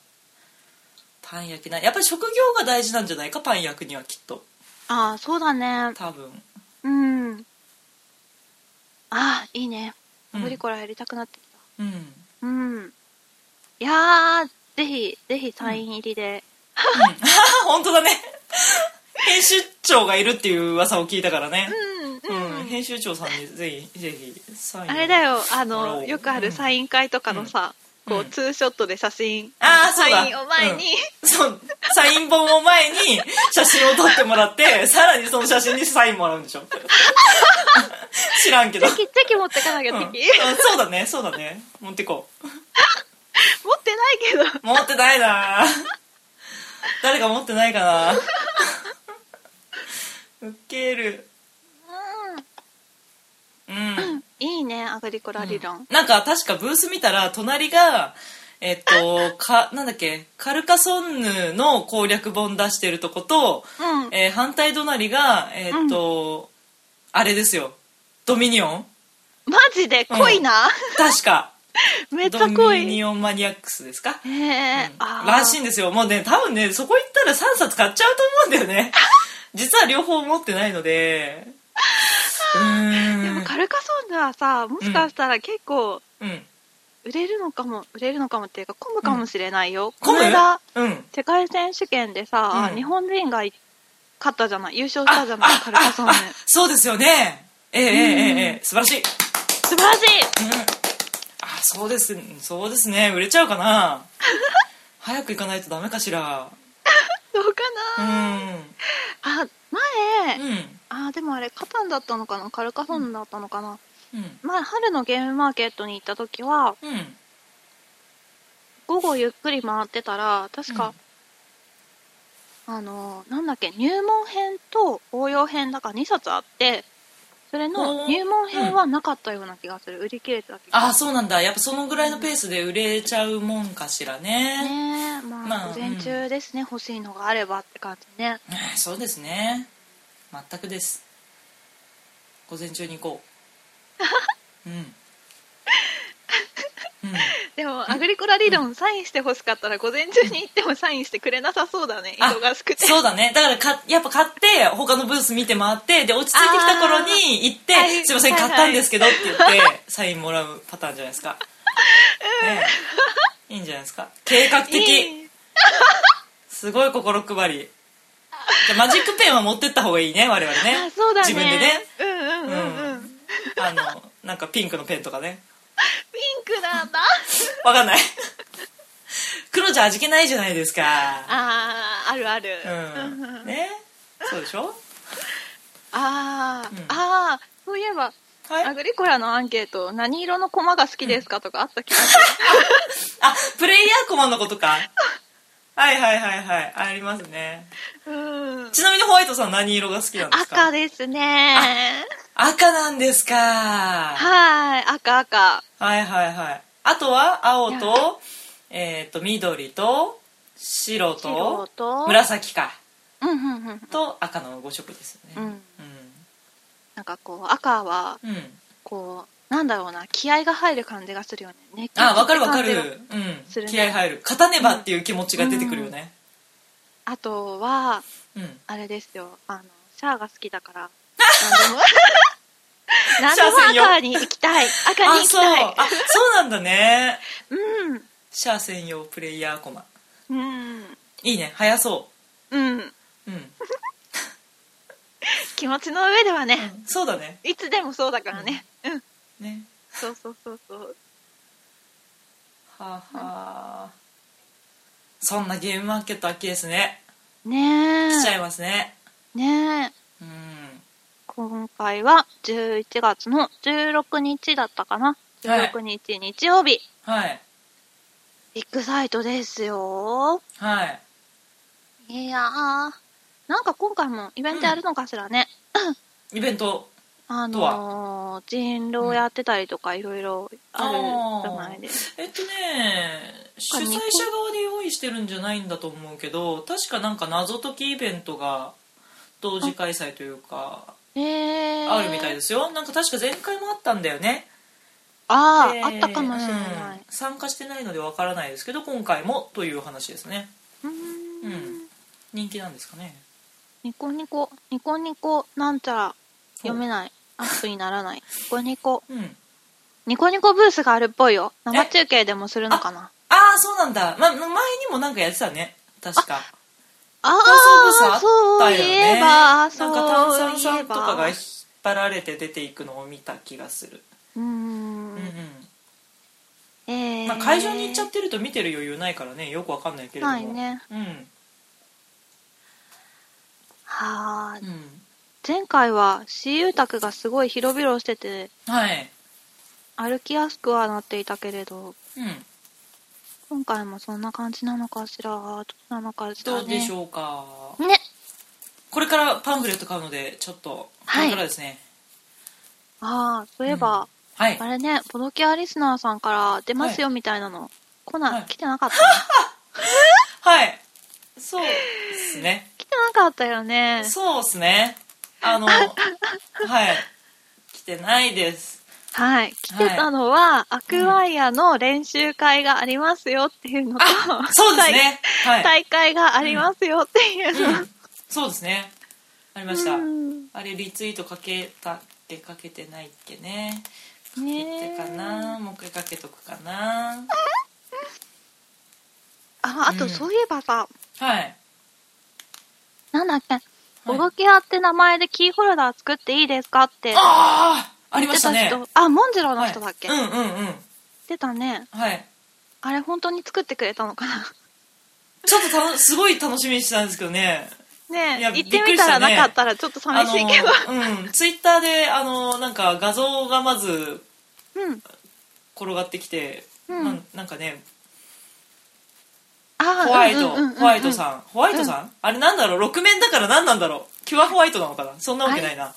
パン焼きなやっぱり職業が大事なんじゃないかパン焼くにはきっとああそうだね多分うんああいいねうんブリコラやりたくなってきうんたうん、いやーぜひぜひサイン入りで、本当だね 編集長がいるっていう噂を聞いたからね、ううんん編集長さんにぜひぜひサインをあれだよあもらおのうよくあるサイン会とかのさ、うんこううんツーショットで写真、あーそうだサインを前に、そうサイン本を前に写真を撮ってもら ってさらにその写真にサインもらうんでしょ知らんけど、チェキチェキ持ってかなきゃうんチェうんキ、そうだねそうだね持ってこう持ってないけど持ってないな 誰か持ってないかなウケるうんいいねアグリコラ理論、なんか確かブース見たら隣がえっとかなんだっけカルカソンヌの攻略本出してるとこと、うん、えー反対隣がえっと、あれですよドミニオンマジで濃いな、確かめっちドゃ濃ミいニオンマニアックスですかへえ、あーらしいんですよもうね多分ねそこ行ったら3冊買っちゃうと思うんだよね 実は両方持ってないの でうーんでもカルカソンヌはさもしかしたら結構うん売れるのかも売れるのかもっていうか混むかもしれないよ、混むこの間うん世界選手権でさ、うん日本人が勝ったじゃない優勝したじゃないカルカソンヌあそうですよねええええええ素晴らしい素晴らしいうんあそうですそうですね売れちゃうか な早く行かないとダメかしらどうかうな、 んあ前、うんあでもあれカタンだったのかなカルカソンヌだったのかな、うん前春のゲームマーケットに行った時はうん午後ゆっくり回ってたら確うかん、あのなんだっけ入門編と応用編だから2冊あってそれおのー入門編はなかったような気がする、売り切れてた気があそうなんだやっぱそのぐらいのペースで売れちゃうもんかしらするねねえまあ、まあ午前中ですね、欲しいのがあればって感じねねそうですね全くです午前中に行こ ううんうんでもアグリコラ理論サインして欲しかったら午前中に行ってもサインしてくれなさそうだねあ忙しくてそうだねだからかやっぱ買って他のブース見て回ってで落ち着いてきた頃に行って「あーはいすいませんはい買はいったんですけど」って言ってサインもらうパターンじゃないですか、ねえ、いいんじゃないですか計画的いいすごい心配りじゃあマジックペンは持ってった方がいいね我々ねあそうだね自分でねうんうんうん、うん、ピンあのなんかピンクのペンとかねクなんだわかんない黒じゃ味気ないじゃないですかあーあるある、ううんうんんねそうでしょあー、うんあーそういえばはいアグリコラのアンケート何色のコマが好きですかとかあった気がすあ、プレイヤーコマのことか。はいはいはいはい。ありますね。 る、うん、ちなみにホワイトさん何色が好きなんですか赤ですね赤なんですか。ははい赤赤いはいはい。あとは青と、えっ、と、緑と、白と白、と紫か。うんうんうんと赤の5色ですようね。んなんかこう赤はうん。うん。こうなんだろうな気合が入る感じがするよね熱気あ、わかるわか感じがる。すうるん。ね気合入る。勝たねばっていう気持ちが出てくるよね。あとはうん。あれですよあのシャアが好き だから何でも何シでャア専も用赤に行きたい赤に行あ、きそう。たいあ、そうなんだね。うんシャア専用プレイヤーコマ。うんいいね。早そうんう。うん。気持ちの上ではね、そうだね。いつでもそうだからねうん、ね。そうそうそうそうはあ、はあ。そんなゲームマーケット秋ですね。ね来ちゃえいますね。ねえうん。こ今回は11月の16日だったかな。はい16日日曜日。はいビッグサイトですよ。はいいやー、なんか今回もイベントやるのかしらね。イベントあのー、人狼やってたりとかいろいろあるじゃないですか。えっとね主催者側で用意してるんじゃないんだと思うけど確かなんか謎解きイベントが同時開催というかえー、あるみたいですよなんか確か前回もあったんだよねああ、であったかもしれなういん。参加してないのでわからないですけど今回もという話ですねうーうんん。人気なんですかねニコニコ、ニコニコ、なんちゃら、読めない。アップにならない。ニコニコ。うんニコニコブースがあるっぽいよ。生中継でもするのかな。ああそうなんだ、ま、前にもなんかやってたね確かあああー、そういえば、なそんか炭う酸いさえんとかばが引っ。張られて出ていくのを見た気がする、うーうんんうん。えーまあ、会場に行っちゃってると見てる余裕ないからねよくわかんないけれどもないね。うんはあう。ん前回は、私有宅がすごい広々してて、はい歩きやすくはなっていたけれど、うん今回もそんな感じなのかしら、どうなのかしらね。どうでしょうか、ね。これからパンフレット買うのでちょっとこはいれからですねああ、そういえば、はいあれね、ポドキャリスナーさんから出ますよみたいなの、コナン、はい来てなかったね、はいそうですね 来てなかったよね。そうですねあ のはい来てないですはい。来てたのは、アクワイアの練習会がありますよっていうのと、そうですねは大い大会がありますよっていうの。うんそうですねありました、うんあれリツイートかけたってかけてないっけねかねけてかなもう一回かけとくかなあ、あうとんそういえばさ、はいなんだっけ、ポドキャって名前でキーホルダー作っていいですかってああありま言ってしたたね人、あ、モンジローのはい人だっけ、うんうんうん出たね。はいあれ本当に作ってくれたのかなちょっとたのすごい楽しみにしてたんですけどねねいえ、や行ってびっみたらくりしたなねかったらちょっと寂しいけど。あのうんツイッターであのなんか画像がまずうん。転がってきて、うんなんなんかねああホワイト、うんうんうんうんホワイトさんホワイトさん、あれなんだろう6面だから何なんだろうキュアホワイトなのかなそんなわけないな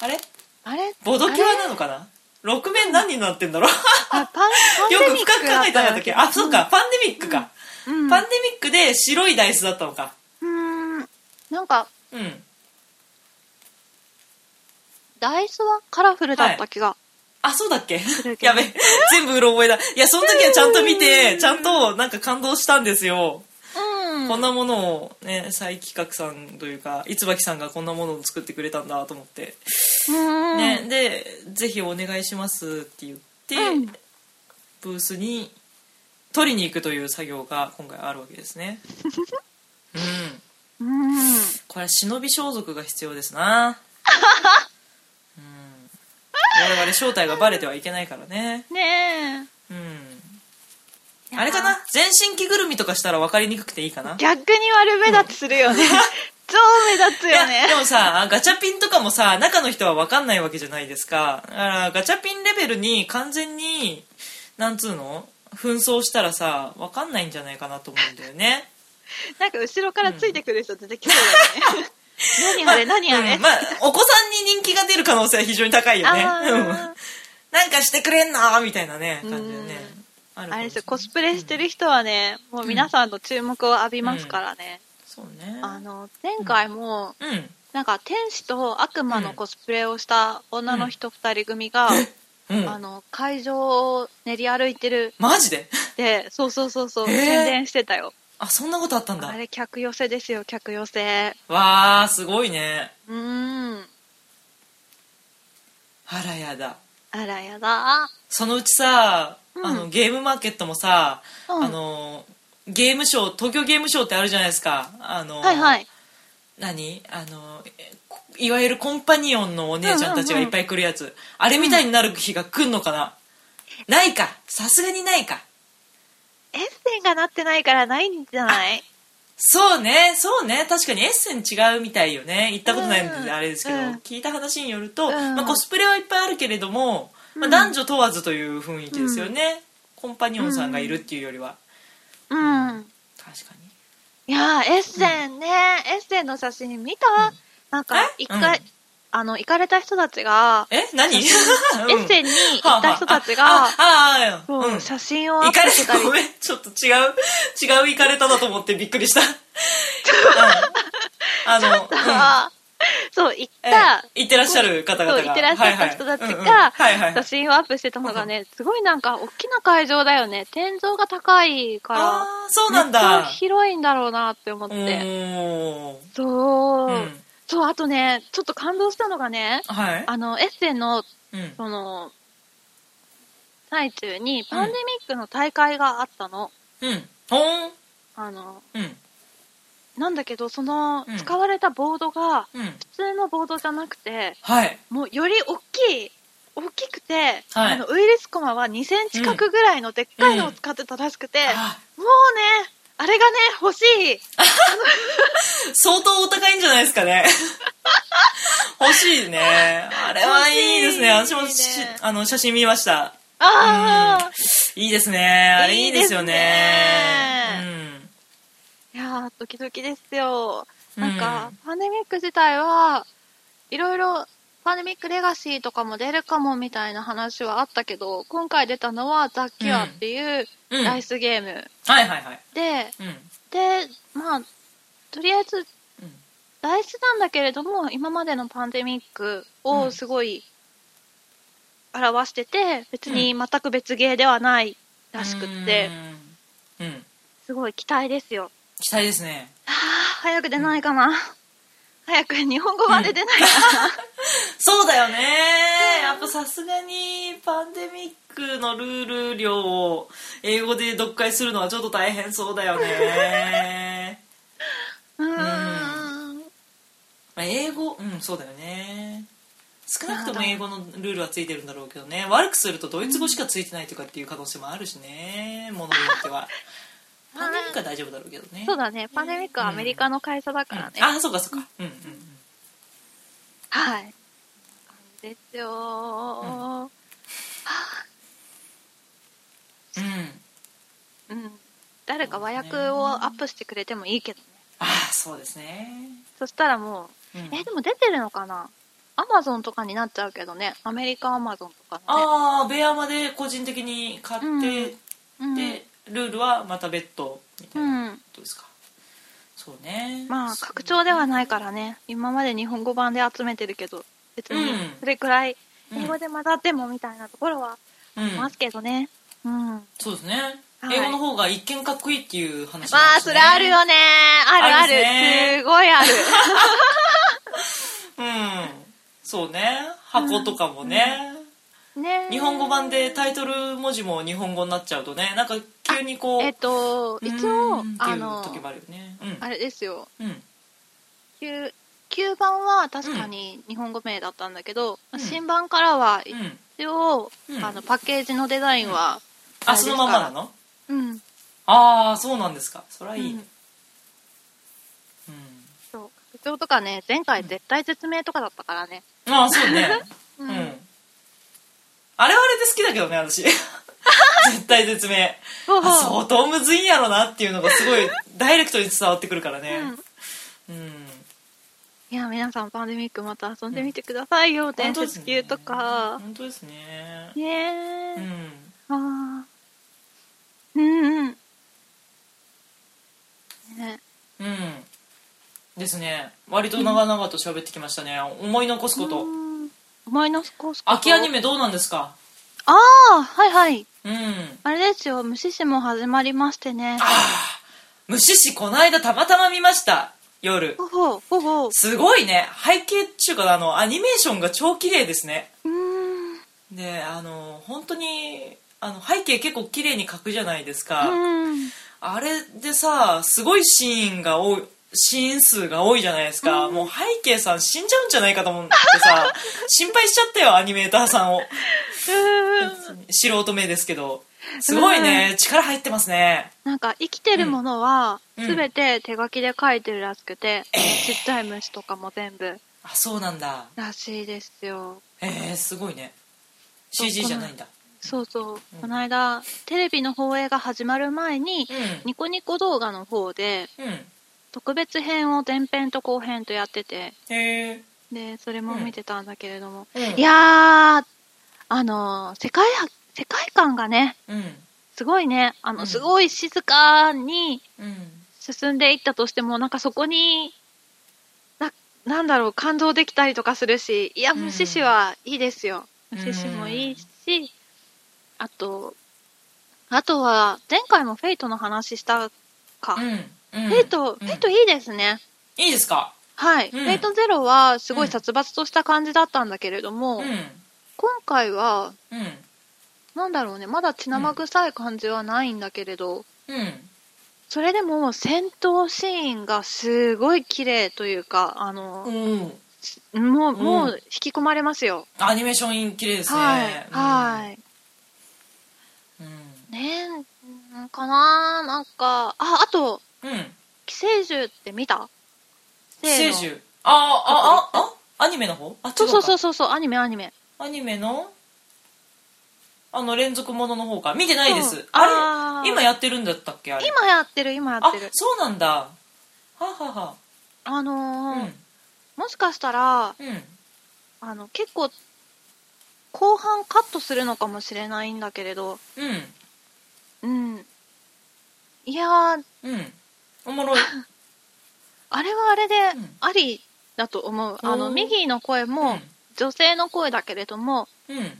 あれあれボドキュあアれなのかな6面何になってんだろうあパンパン よデくミッ深クく考えたんだっけあそうかパンデミックか、うんパンデミックで白いダイスだったのかうーんなんかうんダイスはカラフルだった気が、あそうだっけるけどやべ全部うろ覚えだいやその時はちゃんと見てちゃんとなんか感動したんですようんこんなものをね再企画さんというか椿さんがこんなものを作ってくれたんだと思って、うんね、で「ぜひお願いします」って言って、うんブースに取りに行くという作業が今回あるわけです ねうんうんこれは忍び装束が必要です なうん我々正体がバレてはいけないからねねうんえあれかな全身着ぐるみとかしたら分かりにくくていいかな逆に悪目立ちす るよね、超目立つよいやねでもさガチャピンとかもさ中の人は分かんないわけじゃないですかだからガチャピンレベルに完全になんつうの紛争したらさ分かんないんじゃないかなと思うんだよねなんか後ろからついてくる人出てきそうだよね何あ れ何あれ、うんまあお子さんに人気が出る可能性は非常に高いよねうんあなんかしてくれんなみたいなね感じでねあーるあかれもでしすれよコスプレしてる人はね、もう皆さんの注目を浴びますからね、そうねあの前回も、うんなんか天使と悪魔のコスプレをした女の人2人組が、うん あの会場を練り歩いてるマジでってそうそうそうそう、えー宣伝してたよあそんなことあったんだあれ客寄せですよ客寄せわあすごいねうーんあらやだあらやだそのうちさ、うんあのゲームマーケットもさ、うんあのゲームショー東京ゲームショーってあるじゃないですかあの、はいはい何あのえこいわゆるコンパニオンのお姉ちゃんたちがいっぱい来るやつ、あれみたいになる日が来んのかな、ないかさすがにないかエッセンがなってないからないんじゃないそうねそうね確かにエッセン違うみたいよね行ったことないのうんであれですけど、うん聞いた話によると、うんまあ、コスプレはいっぱいあるけれども、まうあ、ん男女問わずという雰囲気ですよね、コンパニオンさんがいるっていうよりは、うん。確かにいやー、エッセンね、エッセンの写真見た、なんかえ、一回、うんあの、行かれた人たちが、え何、エッセンンに行った人たちが、ああああそううん写真を行アップかれしてたりごめんちょっと違う違う行かれただと思ってびっくりしたうんあのとか、 そう、行っうんた、ええ行ってらっしゃる方々そがう、行ってらっしゃった人たちがはいはいうんうんはいはい写真をアップしてたのがね、すごいなんか、大きな会場だよね。天井が高いから、ああそうなんだめっちゃ広いんだろうなって思っおて。ーそう、うんそう、あとね、ちょっと感動したのがね、はいあの、エッセンの、うんその、最中に、パンデミックの大会があったの。うんほーんあの、うんなんだけど、そのうん、使われたボードが、うん普通のボードじゃなくて、はいもうより大きい、大きくて、はいあのウイルスコマは2センチ角ぐらいのでっかいのを使ってたらしくて、あもうね、あれがね、欲しい。相当お高いんじゃないですかね 欲しいねあれはいいですね欲し私いねもしあの写真見ましたああ、いいですねあれいいですよねいいですいやー、ドキドキですよ。なんか、うんパンデミック自体は、いろいろ、パンデミックレガシーとかも出るかもみたいな話はあったけど、今回出たのはザ・キュアっていううん、うん、ダはイいスゲームはいはいで、うんで、まあ、とりあえずうん大事なんだけれども今までのパンデミックをすごい表してて、別に全く別芸ではないらしくって、うんうんすごい期待ですよ期待ですねあー早く出ないかな、早く日本語まで出ないかな、そうだよねやっぱさすがにパンデミックのルール量を英語で読解するのはちょっと大変そうだよ ね うーんまあ英語うんそうだよね少なくとも英語のルールはついてるんだろうけどね悪くするとドイツ語しかついてないとかっていう可能性もあるしねものによって はパンデミックは大丈夫だろうけどねそうだねパンデミックはアメリカの会社だからね、うんあそうかそうかうんうんうんはいですよー、はうん、あうん、誰か和訳をアップしてくれてもいいけどねああそうですね、そしたらもううんえでも出てるのかなアマゾンとかになっちゃうけどねアメリカアマゾンとかのねああベアまで個人的に買って、うんでルールはまた別途みたういなんことですか、そうねまあそう拡張ではないからね今まで日本語版で集めてるけど別にうんそれくらいうん英語で混ざってもみたいなところはうんありますけどねうん、わそうですね、はい英語の方が一見かっこいいっていう話もあしそねれあるよねあるあありまするねすごいあるうんそうね箱とかもね、 ね日本語版でタイトル文字も日本語になっちゃうとねなんか急にこうえっとうーん一応っていうあの時もあるよねうんあれですようん旧旧版は確かに日本語名だったんだけど、うん新版からは一うん一応、うんあのパッケージのデザインは、あそのまんまなのうんああそうなんですかそれはいいねうそう拡張とかね前回絶対絶命とかだったからねん、ああそうねううんん、あれはあれで好きだけどね 私絶対絶命そうあ相当むずいんやろなっていうのがすごいダイレクトに伝わってくるからねうんうん、いや皆さんパンデミックまた遊んでみてくださいよ、伝説級とか本当ですねねえ、うんあーうんうんねうんですね割と長々と喋ってきましたね、思い残すこと、うんマイナスコース秋アニメどうなんですかああはいはいうんあれですよ無視視も始まりましてね虫師この間たまたま見ました夜ほほほほうすごいね背景っていうかあのアニメーションが超綺麗ですねーんであの本当にあの背景結構綺麗に描くじゃないですか、うんあれでさすごいシーンが多いシーン数が多いじゃないですか、もう背景 さん死んじゃうんじゃないかと思ってさ心配しちゃったよアニメーターさんをう素人目ですけどすごいね、力入ってますねなんか生きてるものはうん全て手書きで書いてるらしくて、ちっちゃい虫とかも全部あそうなんだらしいですよえー、すごいね CG じゃないんだそうそう、うんこの間テレビの放映が始まる前にうニコニコ動画の方でんうん特別編を前編と後編とやっててへえでそれも見てたんだけれども、うんいやーあの世界は世界観がねうんすごいねあの、うんすごい静かにうん進んでいったとしてもなんかそこにななんだろう感動できたりとかするしいやうん無視しはいいですよ、うん無視しもいいし、あとあとは前回も「フェイトの話したか、うんうんフェイト、うんフェイトいいですねいいですかはい、うんフェイトゼロはすごういん殺伐とした感じだったんだけれども、うん今回はうんなんだろうねまだ血生臭い感じはないんだけれど、うんそれでも戦闘シーンがすごい綺麗というかあの、うんもう、んもう引き込まれますよ。アニメーション綺麗ですねはい、うんはい。うんねんかななんか、あ、あと、うん寄生獣って見た寄生。せーの獣ああああアニメの方あそうそうそううそうそう、アニメアニメ。アニメのあの連続ものの方か見てないでうすんああーれ今やってるんだったっけあれ今やってる、今やあってる。そうなんだはあはあはあのあーうんもしかしたら、うんあの、結構、後半カットするのかもしれないんだけれど、うんうん。いやー、うんおもろいあれはあれでうん、ありだと思う。あおの、ーミギーの声も、女性の声だけれども、うんうん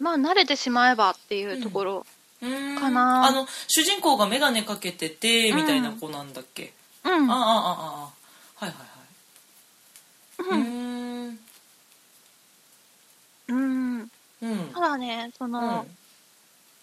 まあ慣れてしまえばっていうところ、うーんかなあの主人公が眼鏡かけててうんみたいな子なんだっけ、うんああああああはいはいはいうんうんうんうんただねそうんの、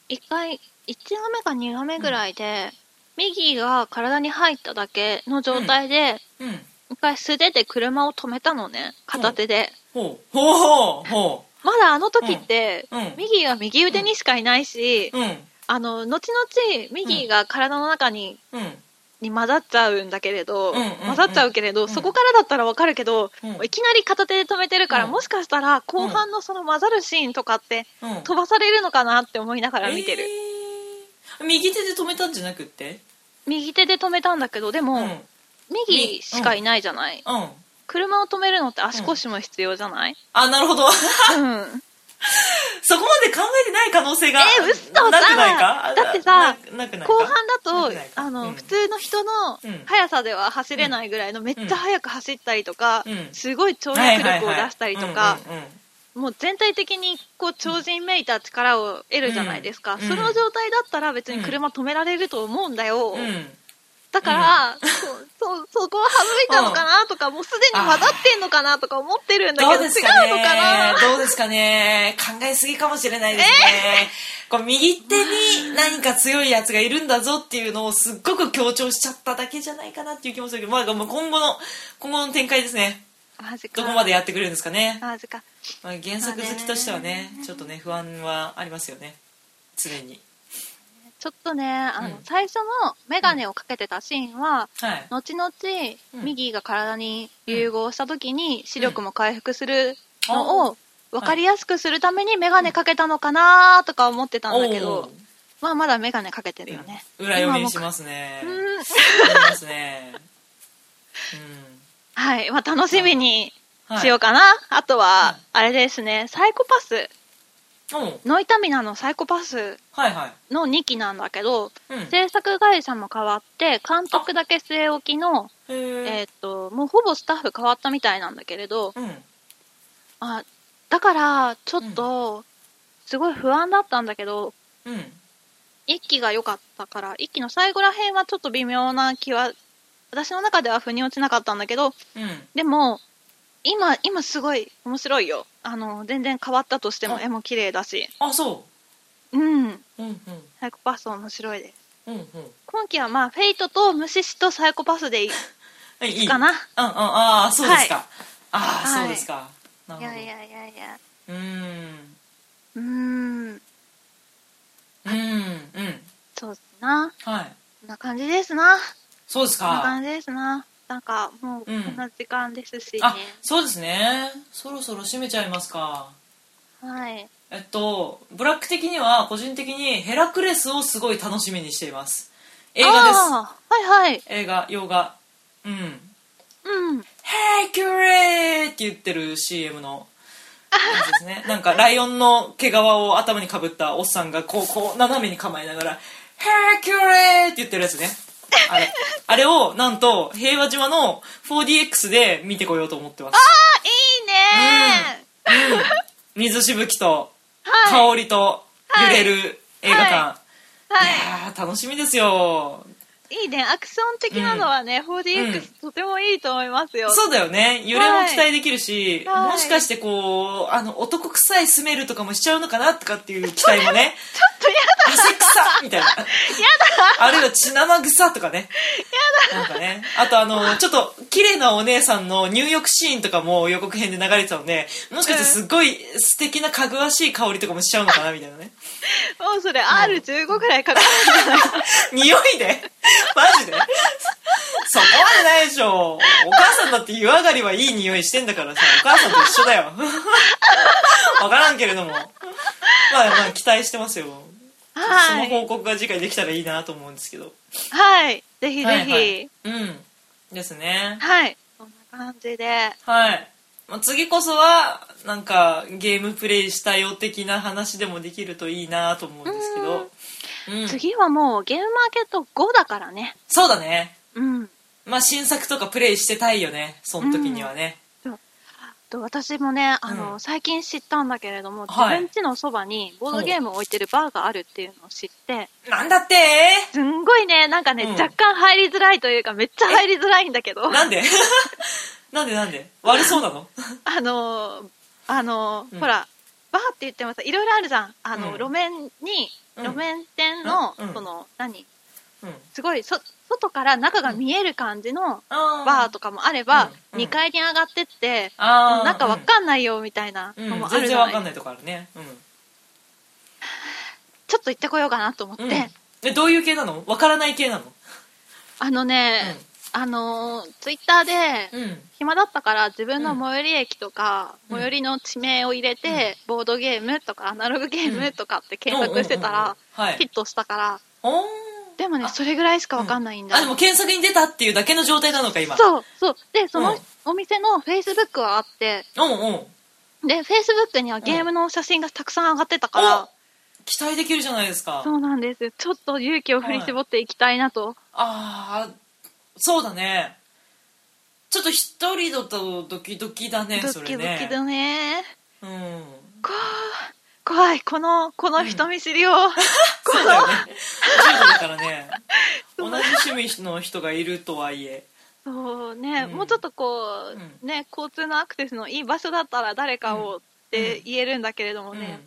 一回1画目か2画目ぐらいで、右が体に入っただけの状態で、うん一回素手で車を止めたのね片手で、ほうほうほまだあの時って、ううん右が右腕にしかいないし、うんあの後々右が体の中に、うんに混ざっちゃうんだけれど、うんうんうん混ざっちゃうけれど、んそこからだったらわかるけど、うんいきなり片手で止めてるから、うんもしかしたら後半のその混ざるシーンとかってうん飛ばされるのかなって思いながら見てる、えー右手で止めたんじゃなくって右手で止めたんだけどでも、うんうん右しかいないじゃない、車を止めるのって足腰も必要じゃない、あなるほどうん、そこまで考えてない可能性がえー嘘だなくないかだってさななくないか後半だとなくないかあの、うん普通の人のうん速さでは走れないぐらいのめっちゃ速く走ったりとか、うんすごい超能はいはい力をは出いしたりとか、うんうんうんもう全体的にこう超人めいた力を得るじゃないですか、うんその状態だったら別に車止められると思うんだよ、うんだから、そ そそこは省いたのかなとか、もうすでに混ざってんのかなとか思ってるんだどけうど違でうすかねのかなどうですかね考えすぎかもしれないですね、こう右手に何か強いやつがいるんだぞっていうのをすっごく強調しちゃっただけじゃないかなっていう気もするけど、まあ、もう今後の今後の展開ですねマジかどこまでやってくれるんですかね、マジかまあ、原作好きとしてはねまあねちょっとね不安はありますよね常にちょっとねあの、うん最初のメガネをかけてたシーンははい後々、うんミギーが体に融合した時に視力も回復するのを分かりやすくするためにメガネかけたのかなとか思ってたんだけど、おうまあまだメガネかけてるよね。裏読みしますね今もうんしますねはい、まあ楽しみにうんはい しようかな。あとうんは、あれですね、サイコパス、おうノイタミナのサイコパスはいはいの2期なんだけど、うん制作会社も変わって、監督だけ据え置きの、へええーっと、もうほぼスタッフ変わったみたいなんだけれど、うんあだから、ちょっと、すごい不安だったんだけど、うん1期が良かったから、1期の最後ら辺はちょっと微妙な気は、私の中では腑に落ちなかったんだけど、うんでも今今すごい面白いよあの全然変わったとしてもあ絵も綺麗だしあそうんううんうんサイコパス面白いですうんうん今期はまあフェイトと無視しとサイコパスでいいえいいかなうんうんああそうですか、ああはいそうですかなるいほどやいやいやいやうーんうーんな感じですな。そうですこんなか感じですな。なんか、もう、うこんんな時間ですしね。あそうですねそろそろ締めちゃいますかはい。えっとブラック的には個人的にヘラクレスをすごい楽しみにしています映画ですあーはいはい。映画洋画うんうん。 「ヘイキュレー!」って言ってる CM のやつですね なんかライオンの毛皮を頭にかぶったおっさんがこうこう斜めに構えながら「ヘイキュレー!」って言ってるやつねあ れあれをなんと平和島の 4DX で見てこようと思ってますあ、いいねうん水しぶきとはい。香りと揺れる映画館、はいやー楽しみですよい。いいね。アクション的なのはね、4DX とてもいいと思いますよ。そうだよね揺れも期待できるし、はいもしかしてこうあの男臭いスメルとかもしちゃうのかなとかっていう期待もね ちょっとやだ汗臭みたいなやだあるいは血生臭とかねやだなんかねあとあのちょっと綺麗なお姉さんの入浴シーンとかも予告編で流れてたのでもしかしてすごい素敵なかぐわしい香りとかもしちゃうのかなみたいなねもうそれ R15 くらいかかるんじゃない匂いでマジでそこまでないでしょお母さんだって湯上がりはいい匂いしてんだからさお母さんと一緒だよ わからんけれどもまあまあ期待してますよ、はそのい。報告が次回できたらいいなと思うんですけどはい。ぜひぜひ。はい、はいはい、うんですねそんな感じで。はい、まあ、次こそはなんかゲームプレイしたよ的な話でもできるといいなと思うんですけどうん次はもうゲームマーケット5だからね。そうだねうん。まあ新作とかプレイしてたいよねその時にはね、と私もね、あの、うん最近知ったんだけれども、はい自分家のそばにボードゲームを置いてるバーがあるっていうのを知って、なんだってすんごいね、なんかね、うん若干入りづらいというか、めっちゃ入りづらいんだけど、あ なんで なんでなんで悪そうなののー、あのー、うんほら、バーって言ってもさ、いろいろあるじゃん。あの、うん路面に、うん路面店の、うんその、何うんすごい、そ、外から中が見える感じのババーとかもあれば、うん2階に上がってって、あーなんかわかんないよみたいなうんのもあ全るじ然ゃわない,、かんないとこあるねうちょっと行ってこようかなと思って、ん、うん、えどういう系なのわからない系なのあのね、あのーツイッターで、うん、うん、暇だったから自分の最寄り駅とか、うん最寄りの地名を入れて、ボードゲームとかアナログゲームとかって検索してたら、うんうんうんうんはいヒットしたからおーでもねそれぐらいしかわかんないんだ、あでも検索に出たっていうだけの状態なのか今うそうそうでその、うんお店のフェイスブックはあってうんうんでフェイスブックにはゲームの写真がたくさん上がってたから、お期待できるじゃないですかそうなんですちょっと勇気を振り絞っていきたいなと、ああそうだねちょっと一人だとドキドキだねドそキれドキねだねうんこ怖いこのこの人見知りを、そうだよね重度だから ね同じ趣味の人がいるとはいえそうね、うんもうちょっとこう、うね交通のアクセスのいい場所だったら誰かをって言えるんだけれどもね、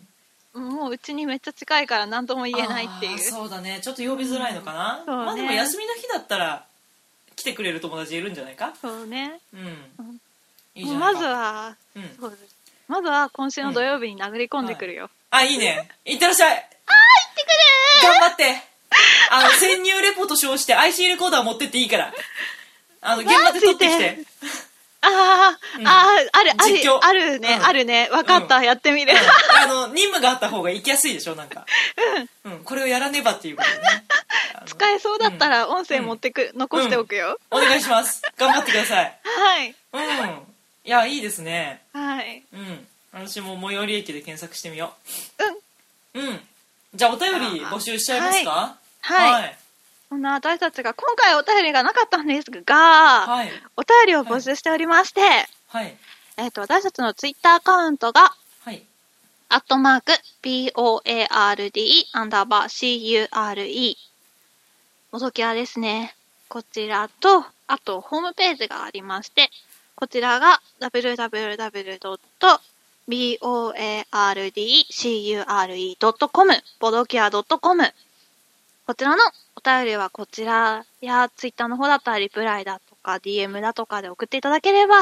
もううちにめっちゃ近いから何ともうん言えないっていあーうそうだねちょっと呼びづらいのかな、んそうねまあでも休みの日だったら来てくれる友達いるんじゃないかそうねうんんいいじゃもなういかまずはうん、そうですまずは今週の土曜日に殴り込んでくるよ、あいいねいってらっしゃいあー行ってくる頑張ってあの潜入レポと称して IC レコーダー持ってっていいからあの現場で撮ってきマてジあー、うんあーあるあ実況るあるね、うんあるね分かった、やってみる、あの任務があった方が行きやすいでしょなんか、うんこれをやらねばっていうことでねあの使えそうだったら音声持ってく、残しておくよ、お願いします頑張ってくださいはいうんいやいいですねはいうん私も最寄り駅で検索してみようんううんじゃあお便り募集しちゃいますかはい、いそんな私たちが今回お便りがなかったんですが、はいお便りを募集しておりまして、はいえっ、と、私たちのツイッターアカウントが、はいアットマーク、p-o-a-r-d、アンダーバー、c-u-r-e、もどきやですね。こちらと、あと、ホームページがありまして、こちらが、www.boardcure.com、ボドキア .com。こちらのお便りはこちらやツイッターの方だったらリプライだとか DM だとかで送っていただければ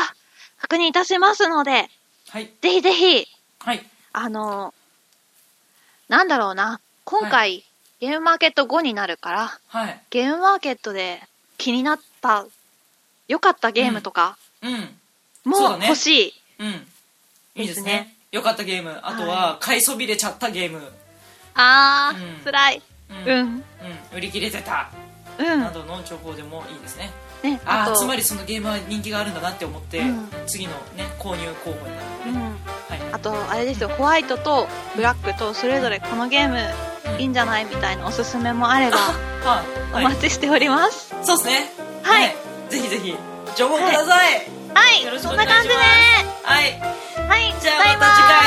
確認いたしますので、はいぜひぜひ、はいあの、なんだろうな、今回、ゲームマーケット後になるから、はいゲームマーケットで気になった、良かったゲームとかうんそうもだね欲しい。うんいいですねですねよかったゲームあとは買いそびれちゃったゲーム、あー、うん辛い。うんううんん。売り切れてたうん。などの情報でもいいですねね、ああと、あつまりそのゲームは人気があるんだなって思って、うん次のね購入候補になうるね、ん。はいあと、あれですよ、ホワイトとブラックとそれぞれこのゲームいいんじゃないみたいなおすすめもあればあお はい、待ちしております。そうですねはいぜひぜひ情報くださいはい、よろしくそおん願ないします感じではい、はい、じゃあバイバまた次イ